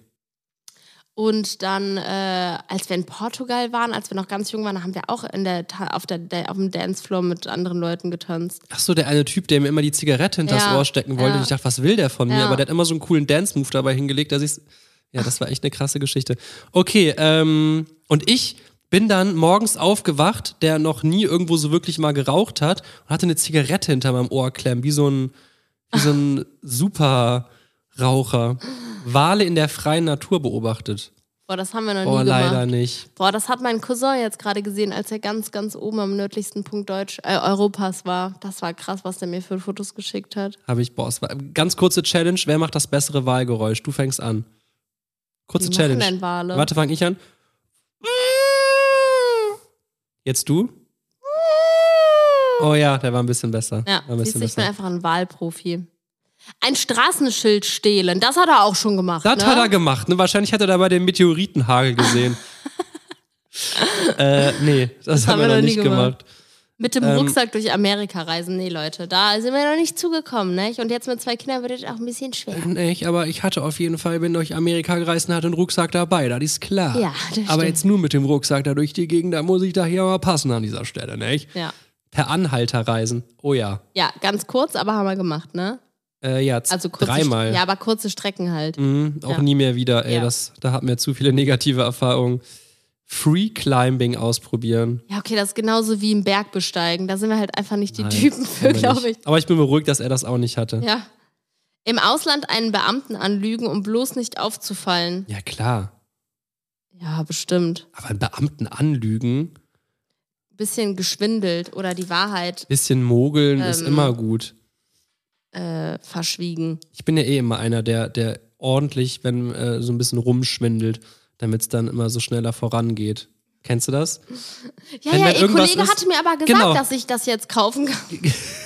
A: Und dann, äh, als wir in Portugal waren, als wir noch ganz jung waren, haben wir auch in der, Ta- auf, der, da- auf dem Dancefloor mit anderen Leuten getanzt.
B: Ach so, der eine Typ, der mir immer die Zigarette hinter das
A: Ja,
B: Ohr stecken wollte.
A: ja.
B: Und ich dachte, was will der von mir?
A: Ja.
B: Aber der hat immer so einen coolen Dance-Move dabei hingelegt, dass ich's. Ja, das war echt eine krasse Geschichte. Okay, ähm, und ich bin dann morgens aufgewacht, der noch nie irgendwo so wirklich mal geraucht hat und hatte eine Zigarette hinter meinem Ohr klemmen, wie so ein, wie
A: <laughs>
B: so ein Superraucher. Wale in der freien Natur beobachtet.
A: Boah, das haben wir noch
B: Oh,
A: nie
B: leider
A: gemacht.
B: nicht.
A: Boah, das hat mein Cousin jetzt gerade gesehen, als er ganz, ganz oben am nördlichsten Punkt Deutsch, äh, Europas war. Das war krass, was der mir für Fotos geschickt hat.
B: Habe ich Boss. Ganz kurze Challenge. Wer macht das bessere Wahlgeräusch? Du fängst an. Kurze
A: Wie
B: Challenge.
A: machen denn Wale?
B: Warte, fang ich an. Jetzt du? Oh ja, der war ein bisschen besser.
A: Ja,
B: war ein
A: siehst
B: bisschen
A: du, ich bin
B: besser.
A: einfach ein Wahlprofi. Ein Straßenschild stehlen, das hat er auch schon gemacht.
B: Das
A: ne?
B: hat er gemacht. Ne? Wahrscheinlich hat er dabei den Meteoritenhagel gesehen.
A: <laughs>
B: äh, nee, das, haben wir noch nie gemacht.
A: Mit dem
B: Ähm,
A: Rucksack durch Amerika reisen. Nee, Leute, da sind wir noch nicht zugekommen, ne? Und jetzt mit zwei Kindern wird es auch ein bisschen schwer.
B: Nee, ich, aber ich hatte auf jeden Fall, bin durch Amerika gereist und hatte einen Rucksack dabei, das ist klar.
A: Ja, das stimmt.
B: aber jetzt nur mit dem Rucksack da durch die Gegend, da muss ich da hier mal passen an dieser Stelle, nicht?
A: Ja.
B: Per Anhalter reisen. Oh ja.
A: Ja, ganz kurz, aber haben wir gemacht, ne?
B: Äh, ja, z-
A: Also kurze
B: dreimal.
A: Stre- Ja, aber kurze Strecken halt.
B: Mhm, auch
A: Ja.
B: nie mehr wieder, ey.
A: Ja.
B: Das, da hatten wir zu viele negative Erfahrungen. Free Climbing ausprobieren.
A: Ja, okay, das ist genauso wie im Berg besteigen. Da sind wir halt einfach nicht die
B: Nein,
A: Typen für,
B: haben wir
A: glaube ich.
B: nicht. Aber ich bin beruhigt, dass er das auch nicht hatte. Ja,
A: Ja. Im Ausland einen Beamten anlügen, um bloß nicht aufzufallen.
B: klar.
A: Ja, bestimmt.
B: Aber einen Beamten anlügen,
A: Bisschen geschwindelt oder die Wahrheit
B: bisschen mogeln ist
A: Ähm.
B: immer gut.
A: äh, verschwiegen.
B: Ich bin ja eh immer einer, der, der ordentlich, wenn äh, so ein bisschen rumschwindelt, damit es dann immer so schneller vorangeht. Kennst du das? <laughs>
A: Ja,
B: Wenn
A: ja,
B: dann
A: ihr
B: irgendwas
A: Kollege
B: ist-
A: hatte mir aber gesagt,
B: Genau.
A: dass ich das jetzt kaufen kann. <laughs>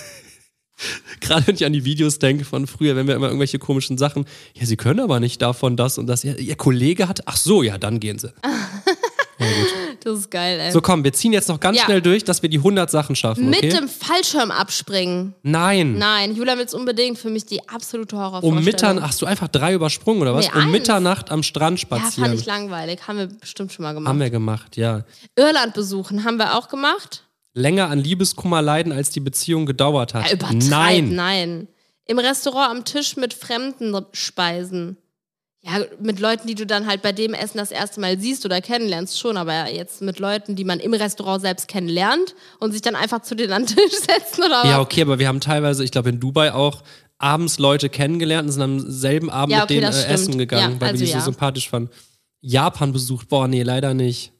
B: Gerade wenn ich an die Videos denke von früher, wenn wir immer irgendwelche komischen Sachen, ja, sie können aber nicht davon das und das. Ja, ihr Kollege hat, ach so, ja, dann gehen sie.
A: Also Das ist geil, ey.
B: So, komm, wir ziehen jetzt noch ganz
A: Ja.
B: schnell durch, dass wir die 100 Sachen schaffen, okay?
A: Mit dem Fallschirm abspringen.
B: Nein.
A: Nein, Julian will es unbedingt für mich die absolute Horrorvorstellung.
B: um Mitternacht, hast du einfach drei übersprungen oder was?
A: Nee,
B: um
A: eins.
B: Mitternacht am Strand
A: Ja, fand
B: spazieren.
A: ich langweilig. Haben wir bestimmt schon mal gemacht.
B: Haben wir gemacht, ja.
A: Irland besuchen haben wir auch gemacht.
B: Länger an Liebeskummer leiden, als die Beziehung gedauert hat.
A: Ja, übertreib,
B: Nein.
A: nein. Im Restaurant am Tisch mit fremden Speisen. Ja, mit Leuten, die du dann halt bei dem Essen das erste Mal siehst oder kennenlernst, schon, aber jetzt mit Leuten, die man im Restaurant selbst kennenlernt und sich dann einfach zu denen an den Tisch setzen oder
B: Ja,
A: was?
B: okay, aber wir haben teilweise, ich glaube in Dubai auch, abends Leute kennengelernt und sind am selben Abend
A: Ja, okay,
B: mit denen
A: das
B: äh,
A: stimmt.
B: essen gegangen,
A: Ja,
B: weil
A: also
B: wir die
A: ja.
B: so sympathisch fanden. Japan besucht, boah, nee, leider nicht.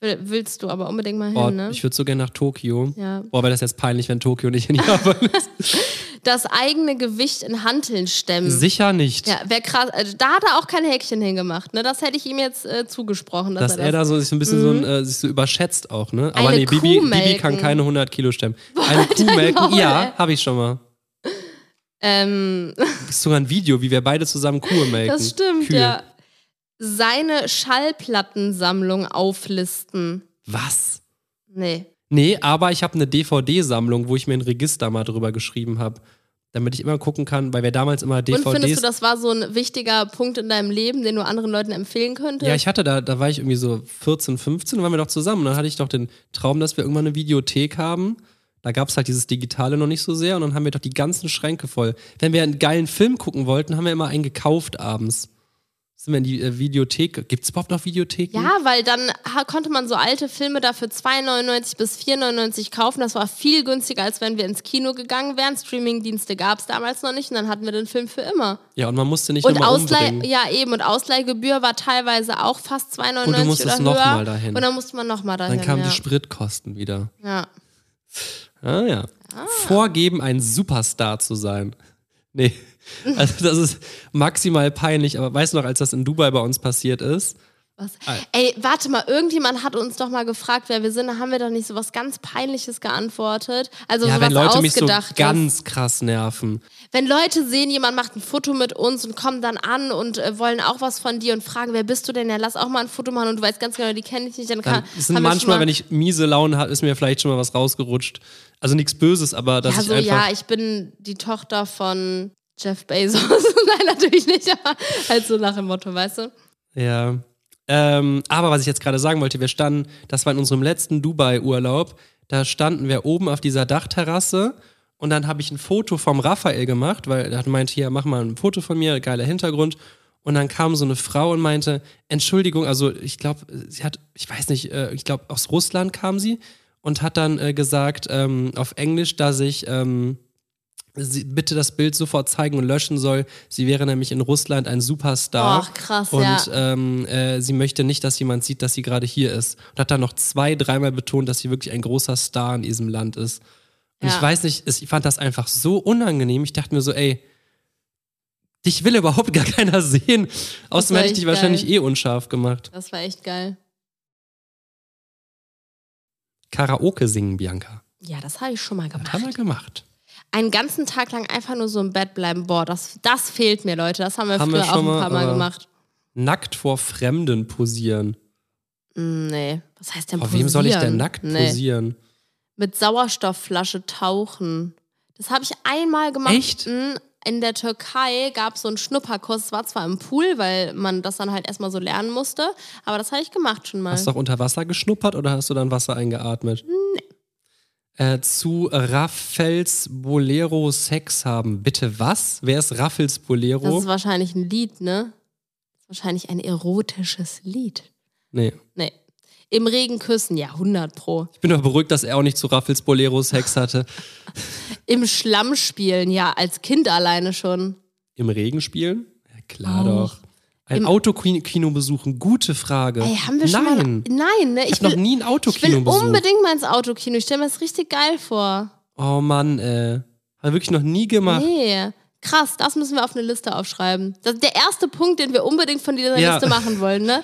A: Will- Willst du aber unbedingt mal
B: Boah,
A: hin, ne?
B: Ich würde so gerne nach Tokio.
A: Ja.
B: Boah, wäre das jetzt peinlich, wenn Tokio nicht in
A: <laughs>
B: Japan ist.
A: Das eigene Gewicht in Hanteln stemmen.
B: Sicher nicht.
A: Ja, wär krass. Also, da hat er auch kein Häkchen hingemacht. Ne? Das hätte ich ihm jetzt äh, zugesprochen. Dass
B: Dass er da so sich so ein bisschen so, ein, äh, sich so überschätzt auch, ne? Aber
A: Mhm. Eine
B: nee,
A: Kuh
B: Bibi, Bibi
A: melken.
B: kann keine 100
A: <laughs>
B: Kilo stemmen. Eine Kuh melken,
A: Maul,
B: ja,
A: ey.
B: habe ich schon mal.
A: ähm, <laughs>
B: Das ist sogar ein Video, wie wir beide zusammen Kuh melken.
A: das stimmt,
B: Kühe.
A: ja. Seine Schallplattensammlung auflisten.
B: Was?
A: Nee.
B: Nee, aber ich ne habe eine DVD-Sammlung, wo ich mir ein Register mal drüber geschrieben habe, damit ich immer gucken kann, weil wir damals immer DVDs.
A: Und findest du, das war so ein wichtiger Punkt in deinem Leben, den du anderen Leuten empfehlen könntest?
B: ja, ich hatte da, da war ich irgendwie so 14, 15, waren wir doch zusammen. Und dann hatte ich doch den Traum, dass wir irgendwann eine Videothek haben. Da gab es halt dieses Digitale noch nicht so sehr und dann haben wir doch die ganzen Schränke voll. Wenn wir einen geilen Film gucken wollten, haben wir immer einen gekauft abends. Sind wir in die äh, Videothek. Gibt es überhaupt noch Videotheken?
A: Ja, weil dann ha- konnte man so alte Filme dafür 2,99 bis 4,99 kaufen. Das war viel günstiger, als wenn wir ins Kino gegangen wären. Streamingdienste gab es damals noch nicht und dann hatten wir den Film für immer.
B: Ja, und man musste nicht
A: Und
B: nochmal
A: Ausleih,
B: umbringen.
A: ja eben, und Ausleihgebühr war teilweise auch fast 2,99
B: Und du musstest
A: oder höher.
B: noch mal dahin.
A: Und dann musste man nochmal dahin.
B: Dann kamen
A: ja.
B: die Spritkosten wieder.
A: ja.
B: Ah ja. Vorgeben, ein Superstar zu sein.
A: <laughs>
B: Nee, also das ist maximal peinlich. Aber weißt du noch, als das in Dubai bei uns passiert ist?
A: Was?
B: Al-
A: Ey, warte mal, irgendjemand hat uns doch mal gefragt, wer wir sind. Da haben wir doch nicht sowas ganz Peinliches geantwortet. Also
B: ja,
A: sowas
B: wenn Leute mich so
A: ausgedacht.
B: ganz krass nerven.
A: wenn Leute sehen, jemand macht ein Foto mit uns und kommen dann an und äh, wollen auch was von dir und fragen, wer bist du denn? Ja, lass auch mal ein Foto machen und du weißt ganz genau, die kenne ich nicht. Dann,
B: Dann
A: kann,
B: sind
A: haben wir schon
B: manchmal,
A: mal,
B: wenn ich miese Laune habe, ist mir vielleicht schon mal was rausgerutscht. Also nichts Böses, aber dass
A: ja,
B: ich
A: so,
B: einfach.
A: ja, ich bin die Tochter von Jeff Bezos. <laughs> Nein, natürlich nicht, aber halt so nach dem Motto, weißt du?
B: Ja. Ähm, aber was ich jetzt gerade sagen wollte, wir standen, das war in unserem letzten Dubai-Urlaub, da standen wir oben auf dieser Dachterrasse und dann habe ich ein Foto vom Raphael gemacht, weil er hat meint, hier, mach mal ein Foto von mir, geiler Hintergrund. Und dann kam so eine Frau und meinte, Entschuldigung, also ich glaube, sie hat, ich weiß nicht, äh, ich glaube, aus Russland kam sie und hat dann äh, gesagt ähm, auf Englisch, dass ich ähm, sie bitte das Bild sofort zeigen und löschen soll. Sie wäre nämlich in Russland ein Superstar.
A: Och, krass,
B: Und
A: ja.
B: ähm, äh, sie möchte nicht, dass jemand sieht, dass sie gerade hier ist. Und hat dann noch zwei, dreimal betont, dass sie wirklich ein großer Star in diesem Land ist. Und
A: Ja.
B: ich weiß nicht, es- ich fand das einfach so unangenehm. Ich dachte mir so, ey, dich will überhaupt <laughs> gar keiner sehen. Außerdem
A: war
B: hätte ich
A: echt
B: dich wahrscheinlich
A: geil.
B: eh unscharf gemacht.
A: Das war echt geil.
B: Karaoke singen, Bianca.
A: Ja, das habe ich schon mal
B: Das haben wir
A: gemacht.
B: gemacht.
A: Einen ganzen Tag lang einfach nur so im Bett bleiben. Boah, das, das fehlt mir, Leute. Das haben wir
B: Haben wir
A: früher auch
B: schon
A: ein
B: mal,
A: paar Mal
B: aber-
A: gemacht.
B: Nackt vor Fremden posieren.
A: Mm, Nee. Was heißt denn
B: Vor
A: posieren?
B: wem soll ich denn nackt
A: Nee.
B: posieren?
A: Mit Sauerstoffflasche tauchen. Das habe ich einmal gemacht.
B: Echt?
A: Mm, In der Türkei gab es so einen Schnupperkurs. Es war zwar im Pool, weil man das dann halt erstmal so lernen musste, aber das habe ich gemacht schon mal.
B: Hast du auch unter Wasser geschnuppert oder hast du dann Wasser eingeatmet? Nee. Äh, zu Raffels Bolero Sex haben. Bitte was? Wer ist Raffels
A: das
B: Bolero?
A: ist wahrscheinlich ein Lied, ne? Das ist wahrscheinlich ein erotisches Lied.
B: Nee.
A: Nee. Im Regen küssen, ja, 100 pro.
B: Ich bin doch beruhigt, dass er auch nicht zu Raffels Bolero Sex
A: <laughs>
B: hatte.
A: Im Schlamm spielen, ja, als Kind alleine schon.
B: Im Regen spielen? Ja, klar
A: Auch.
B: doch. Ein
A: Oh. Im-
B: Autokino besuchen? Gute Frage.
A: Ey, haben wir schon
B: Nein.
A: mal. Nein, ne? Ich
B: Ich habe noch
A: will,
B: nie ein
A: ich will
B: Autokino besucht.
A: unbedingt mal ins Autokino. Ich stelle mir das richtig geil vor.
B: Oh Mann, ey. Hab ich wirklich noch nie gemacht.
A: Nee. Krass, das müssen wir auf eine Liste aufschreiben. Das ist der erste Punkt, den wir unbedingt von dieser
B: Ja.
A: Liste machen wollen, ne?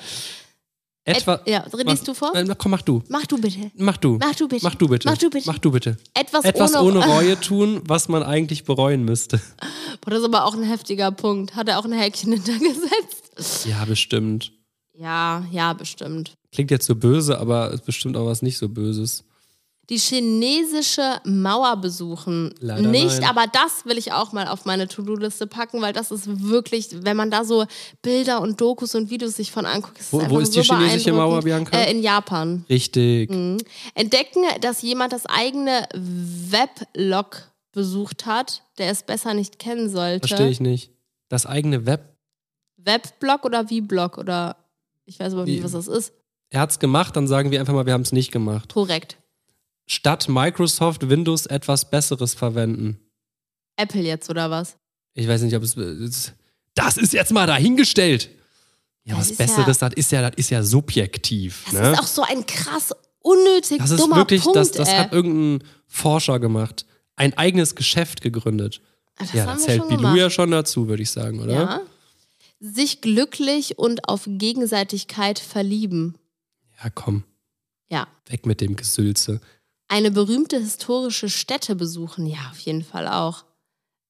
B: Etwa.
A: Ja, liest du vor?
B: Äh, na, komm, mach du.
A: Mach du bitte.
B: Mach du.
A: Mach du bitte.
B: Mach du bitte.
A: Mach du bitte.
B: Mach du bitte.
A: Etwas,
B: etwas ohne,
A: ohne. <laughs>
B: Reue tun, was man eigentlich bereuen müsste.
A: Boah, das ist aber auch ein heftiger Punkt. Hat er auch ein Häkchen <laughs> hintergesetzt?
B: Ja, bestimmt.
A: Ja, ja, bestimmt.
B: Klingt jetzt so böse, aber ist bestimmt auch was nicht so Böses.
A: Die chinesische Mauer besuchen.
B: Leider
A: Nicht,
B: nein.
A: aber das will ich auch mal auf meine To-Do-Liste packen, weil das ist wirklich, wenn man da so Bilder und Dokus und Videos sich von anguckt, ist es
B: Wo- wo
A: einfach
B: ist
A: so
B: die chinesische Mauer,
A: beeindruckend.
B: Bianca?
A: Äh, in Japan.
B: Richtig.
A: Mhm. Entdecken, dass jemand das eigene Weblog besucht hat, der es besser nicht kennen sollte.
B: Verstehe ich nicht. Das eigene Web.
A: Webblog oder V-Blog oder ich weiß überhaupt
B: Wie-
A: nicht, was das ist.
B: Er hat's gemacht, dann sagen wir einfach mal, wir haben es nicht gemacht.
A: Korrekt.
B: Statt Microsoft Windows etwas Besseres verwenden.
A: Apple jetzt oder was?
B: Ich weiß nicht, ob es. es- Das ist jetzt mal dahingestellt. Ja,
A: Das
B: was
A: ist
B: Besseres, das ist ja, das ist ja subjektiv.
A: Das
B: ne?
A: ist auch so ein krass unnötig
B: Das ist
A: dummer
B: wirklich,
A: Punkt.
B: das, das
A: ey.
B: hat irgendein Forscher gemacht. Ein eigenes Geschäft gegründet.
A: das
B: ja,
A: haben
B: da
A: wir
B: zählt
A: schon
B: Bilou
A: gemacht.
B: ja schon dazu, würde ich sagen, oder?
A: Ja. Sich glücklich und auf Gegenseitigkeit verlieben.
B: Ja, komm,
A: Ja.
B: weg mit dem Gesülze.
A: Eine berühmte historische Stätte besuchen. Ja, auf jeden Fall auch.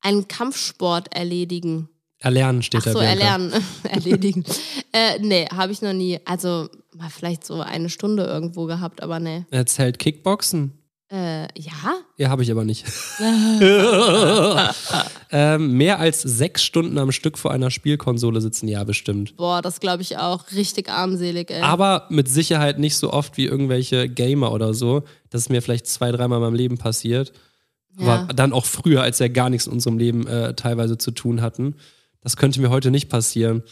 A: Einen Kampfsport erledigen.
B: Erlernen steht
A: Ach
B: da
A: so,
B: Bianca.
A: erlernen, <laughs> erledigen. äh, nee, habe ich noch nie. Also mal vielleicht so eine Stunde irgendwo gehabt, aber nee.
B: Er zählt Kickboxen.
A: Äh, ja?
B: Ja, habe ich
A: <laughs>
B: aber nicht. <laughs> ähm, mehr als sechs Stunden am Stück vor einer Spielkonsole sitzen, ja, bestimmt.
A: Boah, das glaube ich auch. Richtig armselig, ey.
B: Aber mit Sicherheit nicht so oft wie irgendwelche Gamer oder so. Das ist mir vielleicht zwei, dreimal in meinem Leben passiert.
A: ja.
B: Aber dann auch früher, als wir gar nichts in unserem Leben äh, teilweise zu tun hatten. Das könnte mir heute nicht passieren.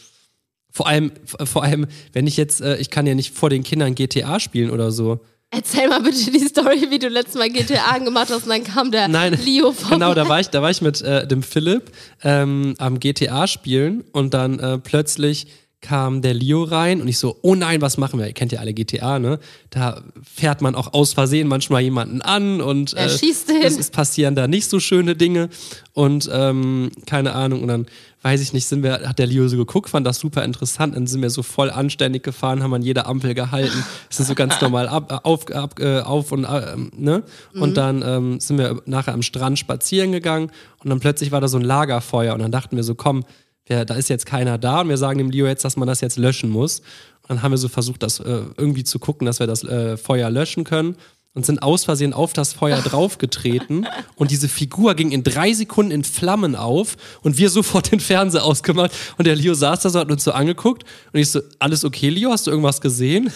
B: Vor allem, v- vor allem, wenn ich jetzt, äh, ich kann ja nicht vor den Kindern GTA spielen oder so.
A: Erzähl mal bitte die Story, wie du letztes Mal GTA gemacht hast und dann kam der
B: Nein,
A: Leo vorbei.
B: genau, da war ich, da war ich mit äh, dem Philipp ähm, am GTA spielen und dann äh, plötzlich kam der Leo rein und ich so, oh nein, was machen wir? Ihr kennt ja alle GTA, ne? Da fährt man auch aus Versehen manchmal jemanden an und äh,
A: Er schießt den.
B: es es passieren da nicht so schöne Dinge und ähm, keine Ahnung. Und dann weiß ich nicht, sind wir, hat der Leo so geguckt, fand das super interessant, dann sind wir so voll anständig gefahren, haben an jeder Ampel gehalten, sind so ganz normal ab, auf, ab, äh, auf und äh, ähm, ne? Und dann ähm, sind wir nachher am Strand spazieren gegangen und dann plötzlich war da so ein Lagerfeuer und dann dachten wir so, komm, wir, da ist jetzt keiner da und wir sagen dem Leo jetzt, dass man das jetzt löschen muss. Und dann haben wir so versucht, das äh, irgendwie zu gucken, dass wir das äh, Feuer löschen können und sind aus Versehen auf das
A: <laughs>
B: Feuer draufgetreten und diese Figur ging in drei Sekunden in Flammen auf und wir sofort den Fernseher ausgemacht und der Leo saß da so, hat uns so angeguckt und ich so, alles okay, Leo, hast du irgendwas gesehen?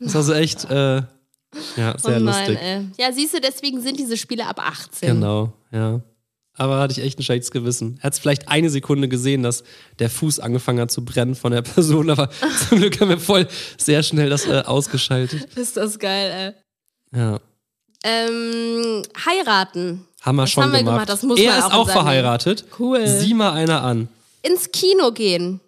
B: Das war so echt, äh, ja,
A: Oh
B: sehr
A: nein,
B: lustig.
A: ey. Ja, siehst du, deswegen sind diese Spiele ab 18.
B: Genau, ja. Aber hatte ich echt ein schlechtes Gewissen. Er hat vielleicht eine Sekunde gesehen, dass der Fuß angefangen hat zu brennen von der <laughs> Person, aber zum Glück haben wir voll sehr schnell das äh, ausgeschaltet.
A: Ist das geil, ey.
B: Ja.
A: Ähm, heiraten.
B: Haben wir
A: Das
B: schon
A: haben wir
B: gemacht.
A: gemacht, das muss
B: er
A: man
B: ist
A: auch
B: auch
A: sagen.
B: verheiratet.
A: Cool.
B: Sieh mal einer an.
A: Ins Kino gehen.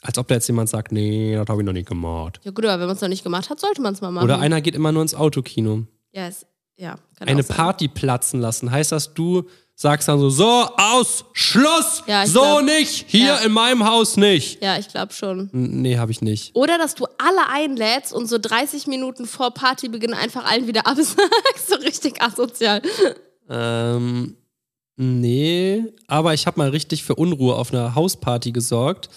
B: Als ob da jetzt jemand sagt, nee, das habe ich noch nicht gemacht.
A: Ja gut, aber wenn man es noch nicht gemacht hat, sollte man es mal machen.
B: Oder einer geht immer nur ins Autokino.
A: Ja, ist, ja kann
B: Eine
A: auch sein.
B: Party platzen lassen. Heißt das, du sagst dann so, so, aus, Schluss,
A: Ja, ich
B: so
A: glaub-
B: nicht, hier
A: Ja.
B: in meinem Haus nicht.
A: Ja, ich glaube schon.
B: N- Nee, habe ich nicht.
A: Oder dass du alle einlädst und so 30 Minuten vor Partybeginn einfach allen wieder absagst. <laughs> so richtig asozial.
B: Ähm, nee, aber ich habe mal richtig für Unruhe auf einer Hausparty gesorgt.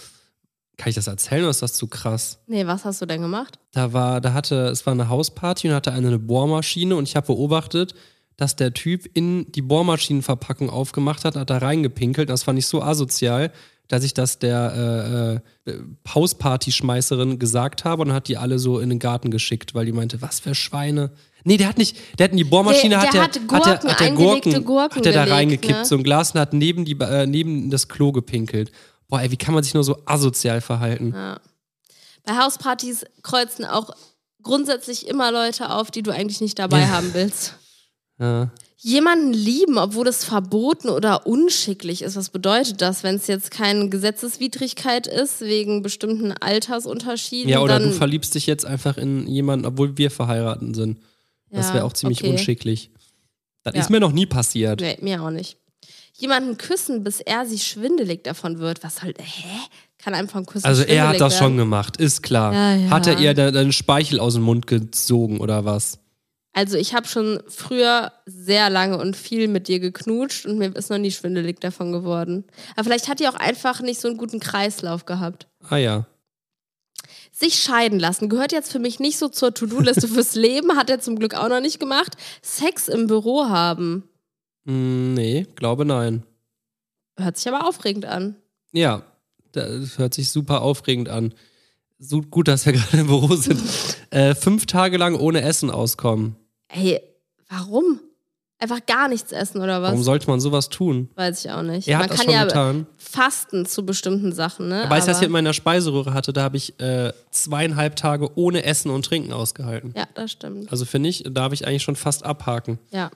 B: Kann ich das erzählen oder ist das zu krass?
A: Nee, was hast du denn gemacht?
B: Da war, da hatte, es war eine Hausparty und hatte eine, eine Bohrmaschine und ich habe beobachtet, dass der Typ in die Bohrmaschinenverpackung aufgemacht hat, hat da reingepinkelt. Das fand ich so asozial, dass ich das der äh, äh, Hausparty-Schmeißerin gesagt habe und dann hat die alle so in den Garten geschickt, weil die meinte, was für Schweine. Nee, der hat nicht, der hat in die Bohrmaschine,
A: Der- der
B: hat, der,
A: hat
B: hat,
A: Gurken,
B: der, hat der
A: eingelegte
B: Gurken,
A: Gurken
B: hat der da
A: gelegt,
B: reingekippt,
A: ne?
B: so ein Glas und hat neben, die, Ba- äh, neben das Klo gepinkelt. Boah, ey, wie kann man sich nur so asozial verhalten?
A: Bei Hauspartys kreuzen auch grundsätzlich immer Leute auf, die du eigentlich nicht dabei haben willst.
B: Ja.
A: Jemanden lieben, obwohl es verboten oder unschicklich ist. Was bedeutet das, wenn es jetzt keine Gesetzeswidrigkeit ist, wegen bestimmten Altersunterschieden?
B: Ja, oder
A: dann,
B: du verliebst dich jetzt einfach in jemanden, obwohl wir verheiratet sind. Das
A: Ja,
B: wäre auch ziemlich
A: okay.
B: unschicklich. Das
A: Ja.
B: ist mir noch nie passiert.
A: Nee, mir auch nicht. Jemanden küssen, bis er sich schwindelig davon wird. Was soll. Hä? Kann einem von Küssen
B: Also er hat
A: schwindelig
B: das
A: werden?
B: schon gemacht, ist klar.
A: Ja, ja.
B: Hat er ihr de- deinen Speichel aus dem Mund gezogen oder was?
A: Also ich habe schon früher sehr lange und viel mit dir geknutscht und mir ist noch nie schwindelig davon geworden. Aber vielleicht hat die auch einfach nicht so einen guten Kreislauf gehabt.
B: Ah ja.
A: Sich scheiden lassen gehört jetzt für mich nicht so zur
B: <laughs>
A: To-Do-Liste fürs Leben, hat er zum Glück auch noch nicht gemacht. Sex im Büro haben.
B: Hm, nee, glaube nein.
A: Hört sich aber aufregend an.
B: Ja, das hört sich super aufregend an. So gut, dass wir <laughs> gerade im Büro sind. äh, fünf Tage lang ohne Essen auskommen.
A: Ey, warum? Einfach gar nichts essen oder was?
B: Warum sollte man sowas tun?
A: Weiß ich auch nicht.
B: Er
A: Man
B: hat das
A: kann
B: schon
A: ja
B: getan.
A: fasten zu bestimmten Sachen, ne?
B: Aber als ich das hier in meiner Speiseröhre hatte, da habe ich äh, zweieinhalb Tage ohne Essen und Trinken ausgehalten.
A: ja, das stimmt.
B: Also finde ich, darf ich eigentlich schon fast abhaken.
A: Ja.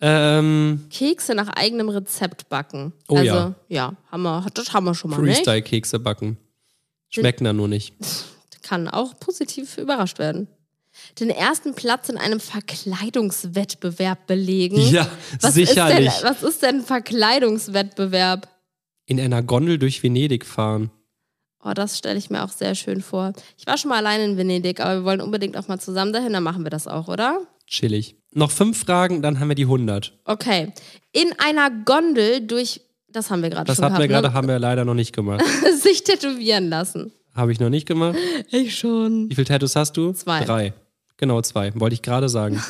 B: Ähm,
A: Kekse nach eigenem Rezept backen.
B: Oh
A: also,
B: ja.
A: ja, haben wir, das haben wir schon mal ne? nicht.
B: Freestyle-Kekse backen. Schmecken da nur nicht.
A: Kann auch positiv überrascht werden. Den ersten Platz in einem Verkleidungswettbewerb belegen.
B: <laughs> Ja,
A: was
B: sicherlich.
A: Ist denn, was ist denn ein Verkleidungswettbewerb?
B: In einer Gondel durch Venedig fahren.
A: Oh, das stelle ich mir auch sehr schön vor. Ich war schon mal allein in Venedig, aber wir wollen unbedingt auch mal zusammen dahin, dann machen wir das auch, oder?
B: Chillig. Noch fünf Fragen, dann haben wir die 100.
A: Okay. In einer Gondel durch, das haben wir gerade
B: Das
A: schon ne?
B: hatten wir
A: gehabt,
B: gerade, haben wir leider noch nicht
A: <laughs>
B: gemacht.
A: ne? sich tätowieren lassen.
B: Habe ich noch nicht gemacht.
A: Ich schon.
B: Wie viele Tattoos hast du?
A: Zwei.
B: Drei. Genau, zwei. Wollte ich gerade sagen.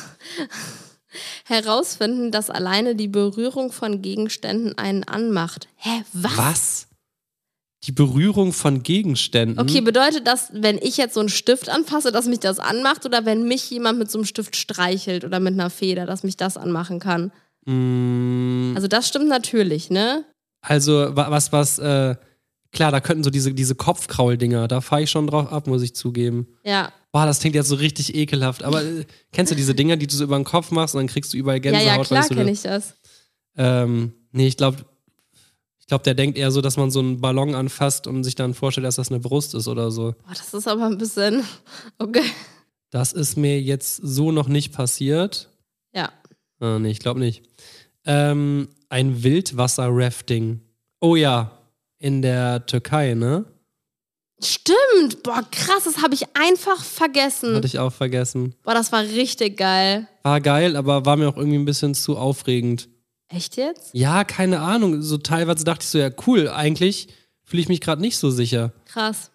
A: herausfinden, dass alleine die Berührung von Gegenständen einen anmacht. Hä, was?
B: Was? Die Berührung von Gegenständen.
A: Okay, bedeutet das, wenn ich jetzt so einen Stift anfasse, dass mich das anmacht oder wenn mich jemand mit so einem Stift streichelt oder mit einer Feder, dass mich das anmachen kann?
B: Mm.
A: Also das stimmt natürlich, ne?
B: Also wa- was, was, äh, klar, da könnten so diese, diese Kopfkraul-Dinger, da fahre ich schon drauf ab, muss ich zugeben.
A: Ja.
B: Boah, das klingt jetzt so richtig ekelhaft. Aber äh, kennst du diese Dinger, die du so über den Kopf machst und dann kriegst du ne? überall
A: Ja,
B: Gänsehaut?
A: ja, klar
B: weißt du,
A: kenne ich das.
B: Ähm, nee, ich glaube, Ich glaube, der denkt eher so, dass man so einen Ballon anfasst und sich dann vorstellt, dass das eine Brust ist oder so.
A: Boah, das ist aber ein bisschen. <laughs> Okay.
B: Das ist mir jetzt so noch nicht passiert.
A: Ja.
B: Ah, nee, ich glaube nicht. Ähm, ein Wildwasser-Rafting. Oh ja, in der Türkei, ne?
A: Stimmt. Boah, krass, das habe ich einfach vergessen.
B: Hatte ich auch vergessen.
A: Boah, das war richtig geil.
B: War Ah, geil, aber war mir auch irgendwie ein bisschen zu aufregend.
A: Echt jetzt?
B: Ja, keine Ahnung. So teilweise dachte ich so, ja, cool, eigentlich fühle ich mich gerade nicht so sicher.
A: Krass.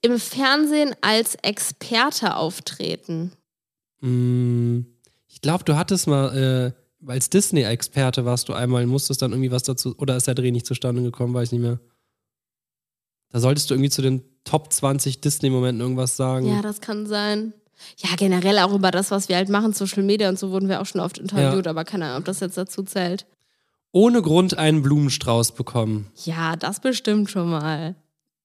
A: Im Fernsehen als Experte auftreten.
B: Mm, ich glaube, du hattest mal, äh, als Disney-Experte warst du einmal, musstest dann irgendwie was dazu, oder ist der Dreh nicht zustande gekommen, weiß nicht mehr. Da solltest du irgendwie zu den Top 20 Disney-Momenten irgendwas sagen.
A: Ja, das kann sein. Ja, generell auch über das, was wir halt machen, Social Media und so wurden wir auch schon oft interviewt, aber keine Ahnung, ob das jetzt dazu zählt.
B: Ohne Grund einen Blumenstrauß bekommen.
A: Ja, das bestimmt schon mal.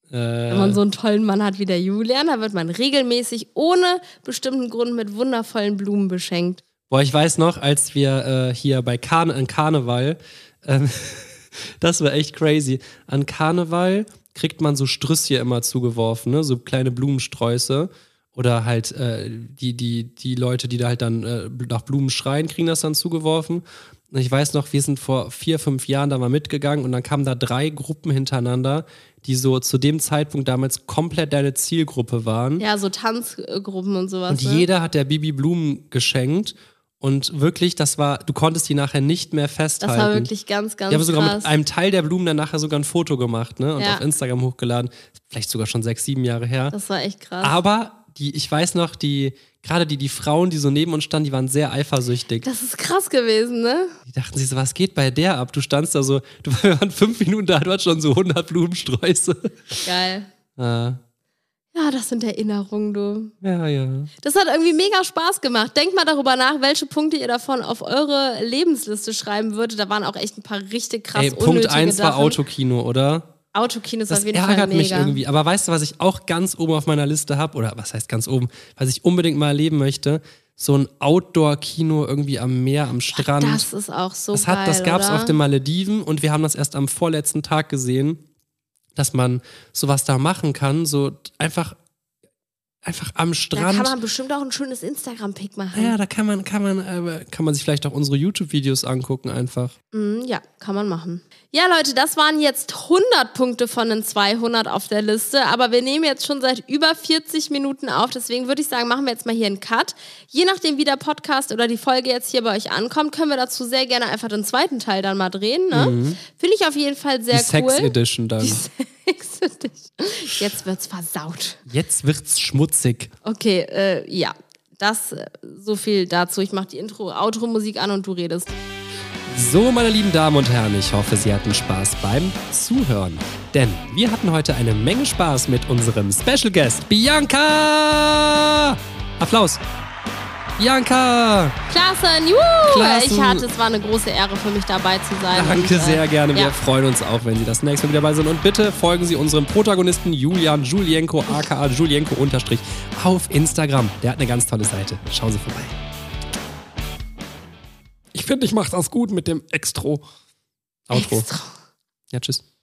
A: Wenn
B: Äh,
A: man so einen tollen Mann hat wie der Julian, da wird man regelmäßig ohne bestimmten Grund mit wundervollen Blumen beschenkt.
B: Boah, ich weiß noch, als wir äh, hier bei Karne an Karneval, ähm, <laughs> das war echt crazy. An Karneval kriegt man so Strüsschen immer zugeworfen, ne? so kleine Blumensträuße. Oder halt äh, die, die, die Leute, die da halt dann äh, nach Blumen schreien, kriegen das dann zugeworfen. Und ich weiß noch, wir sind vor vier, fünf Jahren da mal mitgegangen und dann kamen da drei Gruppen hintereinander, die so zu dem Zeitpunkt damals komplett deine Zielgruppe waren.
A: Ja, so Tanzgruppen und sowas.
B: Und
A: ne?
B: jeder hat der Bibi Blumen geschenkt. Und wirklich, das war, du konntest die nachher nicht mehr festhalten.
A: das war wirklich ganz, ganz
B: ich habe sogar
A: krass.
B: mit einem Teil der Blumen dann nachher sogar ein Foto gemacht, ne? Und
A: Ja.
B: auf Instagram hochgeladen. Vielleicht sogar schon sechs, sieben Jahre her.
A: das war echt krass.
B: Ah. Aber die, ich weiß noch, die, gerade die, die Frauen, die so neben uns standen, die waren sehr eifersüchtig.
A: das ist krass gewesen, ne?
B: Die dachten sich so, was geht bei der ab? Du standst da so, du wir waren fünf Minuten da, du hattest schon so 100 Blumensträuße.
A: Geil.
B: Äh,
A: Ja, das sind Erinnerungen, du.
B: ja, ja.
A: Das hat irgendwie mega Spaß gemacht. Denkt mal darüber nach, welche Punkte ihr davon auf eure Lebensliste schreiben würdet. Da waren auch echt ein paar richtig krass
B: Ey, Punkt
A: unnötige
B: eins war
A: Sachen.
B: Autokino, oder?
A: Autokino ist
B: Das
A: auf jeden
B: ärgert
A: Fall mega.
B: mich irgendwie. Aber weißt du, was ich auch ganz oben auf meiner Liste habe? Oder was heißt ganz oben? Was ich unbedingt mal erleben möchte? So ein Outdoor-Kino irgendwie am Meer, am Strand.
A: Das ist auch so
B: das hat,
A: geil,
B: das gab es
A: oder?
B: auf den Malediven und wir haben das erst am vorletzten Tag gesehen, dass man sowas da machen kann. So einfach, einfach am
A: Da
B: Strand.
A: kann man bestimmt auch ein schönes Instagram-Pick machen.
B: ja, da kann man, kann man, äh, kann man sich vielleicht auch unsere YouTube-Videos angucken einfach.
A: Mm, ja, kann man machen. Ja, Leute, das waren jetzt 100 Punkte von den 200 auf der Liste, aber wir nehmen jetzt schon seit über 40 Minuten auf, deswegen würde ich sagen, machen wir jetzt mal hier einen Cut. Je nachdem, wie der Podcast oder die Folge jetzt hier bei euch ankommt, können wir dazu sehr gerne einfach den zweiten Teil dann mal drehen. Ne? Finde ich auf jeden Fall sehr
B: Die Sex
A: cool.
B: Edition dann.
A: <laughs> Sex jetzt wird's versaut.
B: Jetzt wird's schmutzig.
A: Okay, äh, ja. Das, äh, so viel dazu. Ich mache die Intro, Outro-Musik an und du redest.
B: So, meine lieben Damen und Herren, ich hoffe, Sie hatten Spaß beim Zuhören. Denn wir hatten heute eine Menge Spaß mit unserem Special Guest, Bianca! Applaus! Bianca!
A: Klassen, juhu!
B: Klassen.
A: Ich hatte, es war eine große Ehre für mich dabei zu sein.
B: Danke
A: Und, äh,
B: sehr gerne. Wir
A: Ja.
B: freuen uns auch, wenn Sie das nächste Mal wieder dabei sind. Und bitte folgen Sie unserem Protagonisten Julian Julienko, aka Julienko unterstrich, auf Instagram. Der hat eine ganz tolle Seite. Schauen Sie vorbei. Ich finde, ich mache das gut mit dem Extro. Outro.
A: Extra.
B: Ja, tschüss.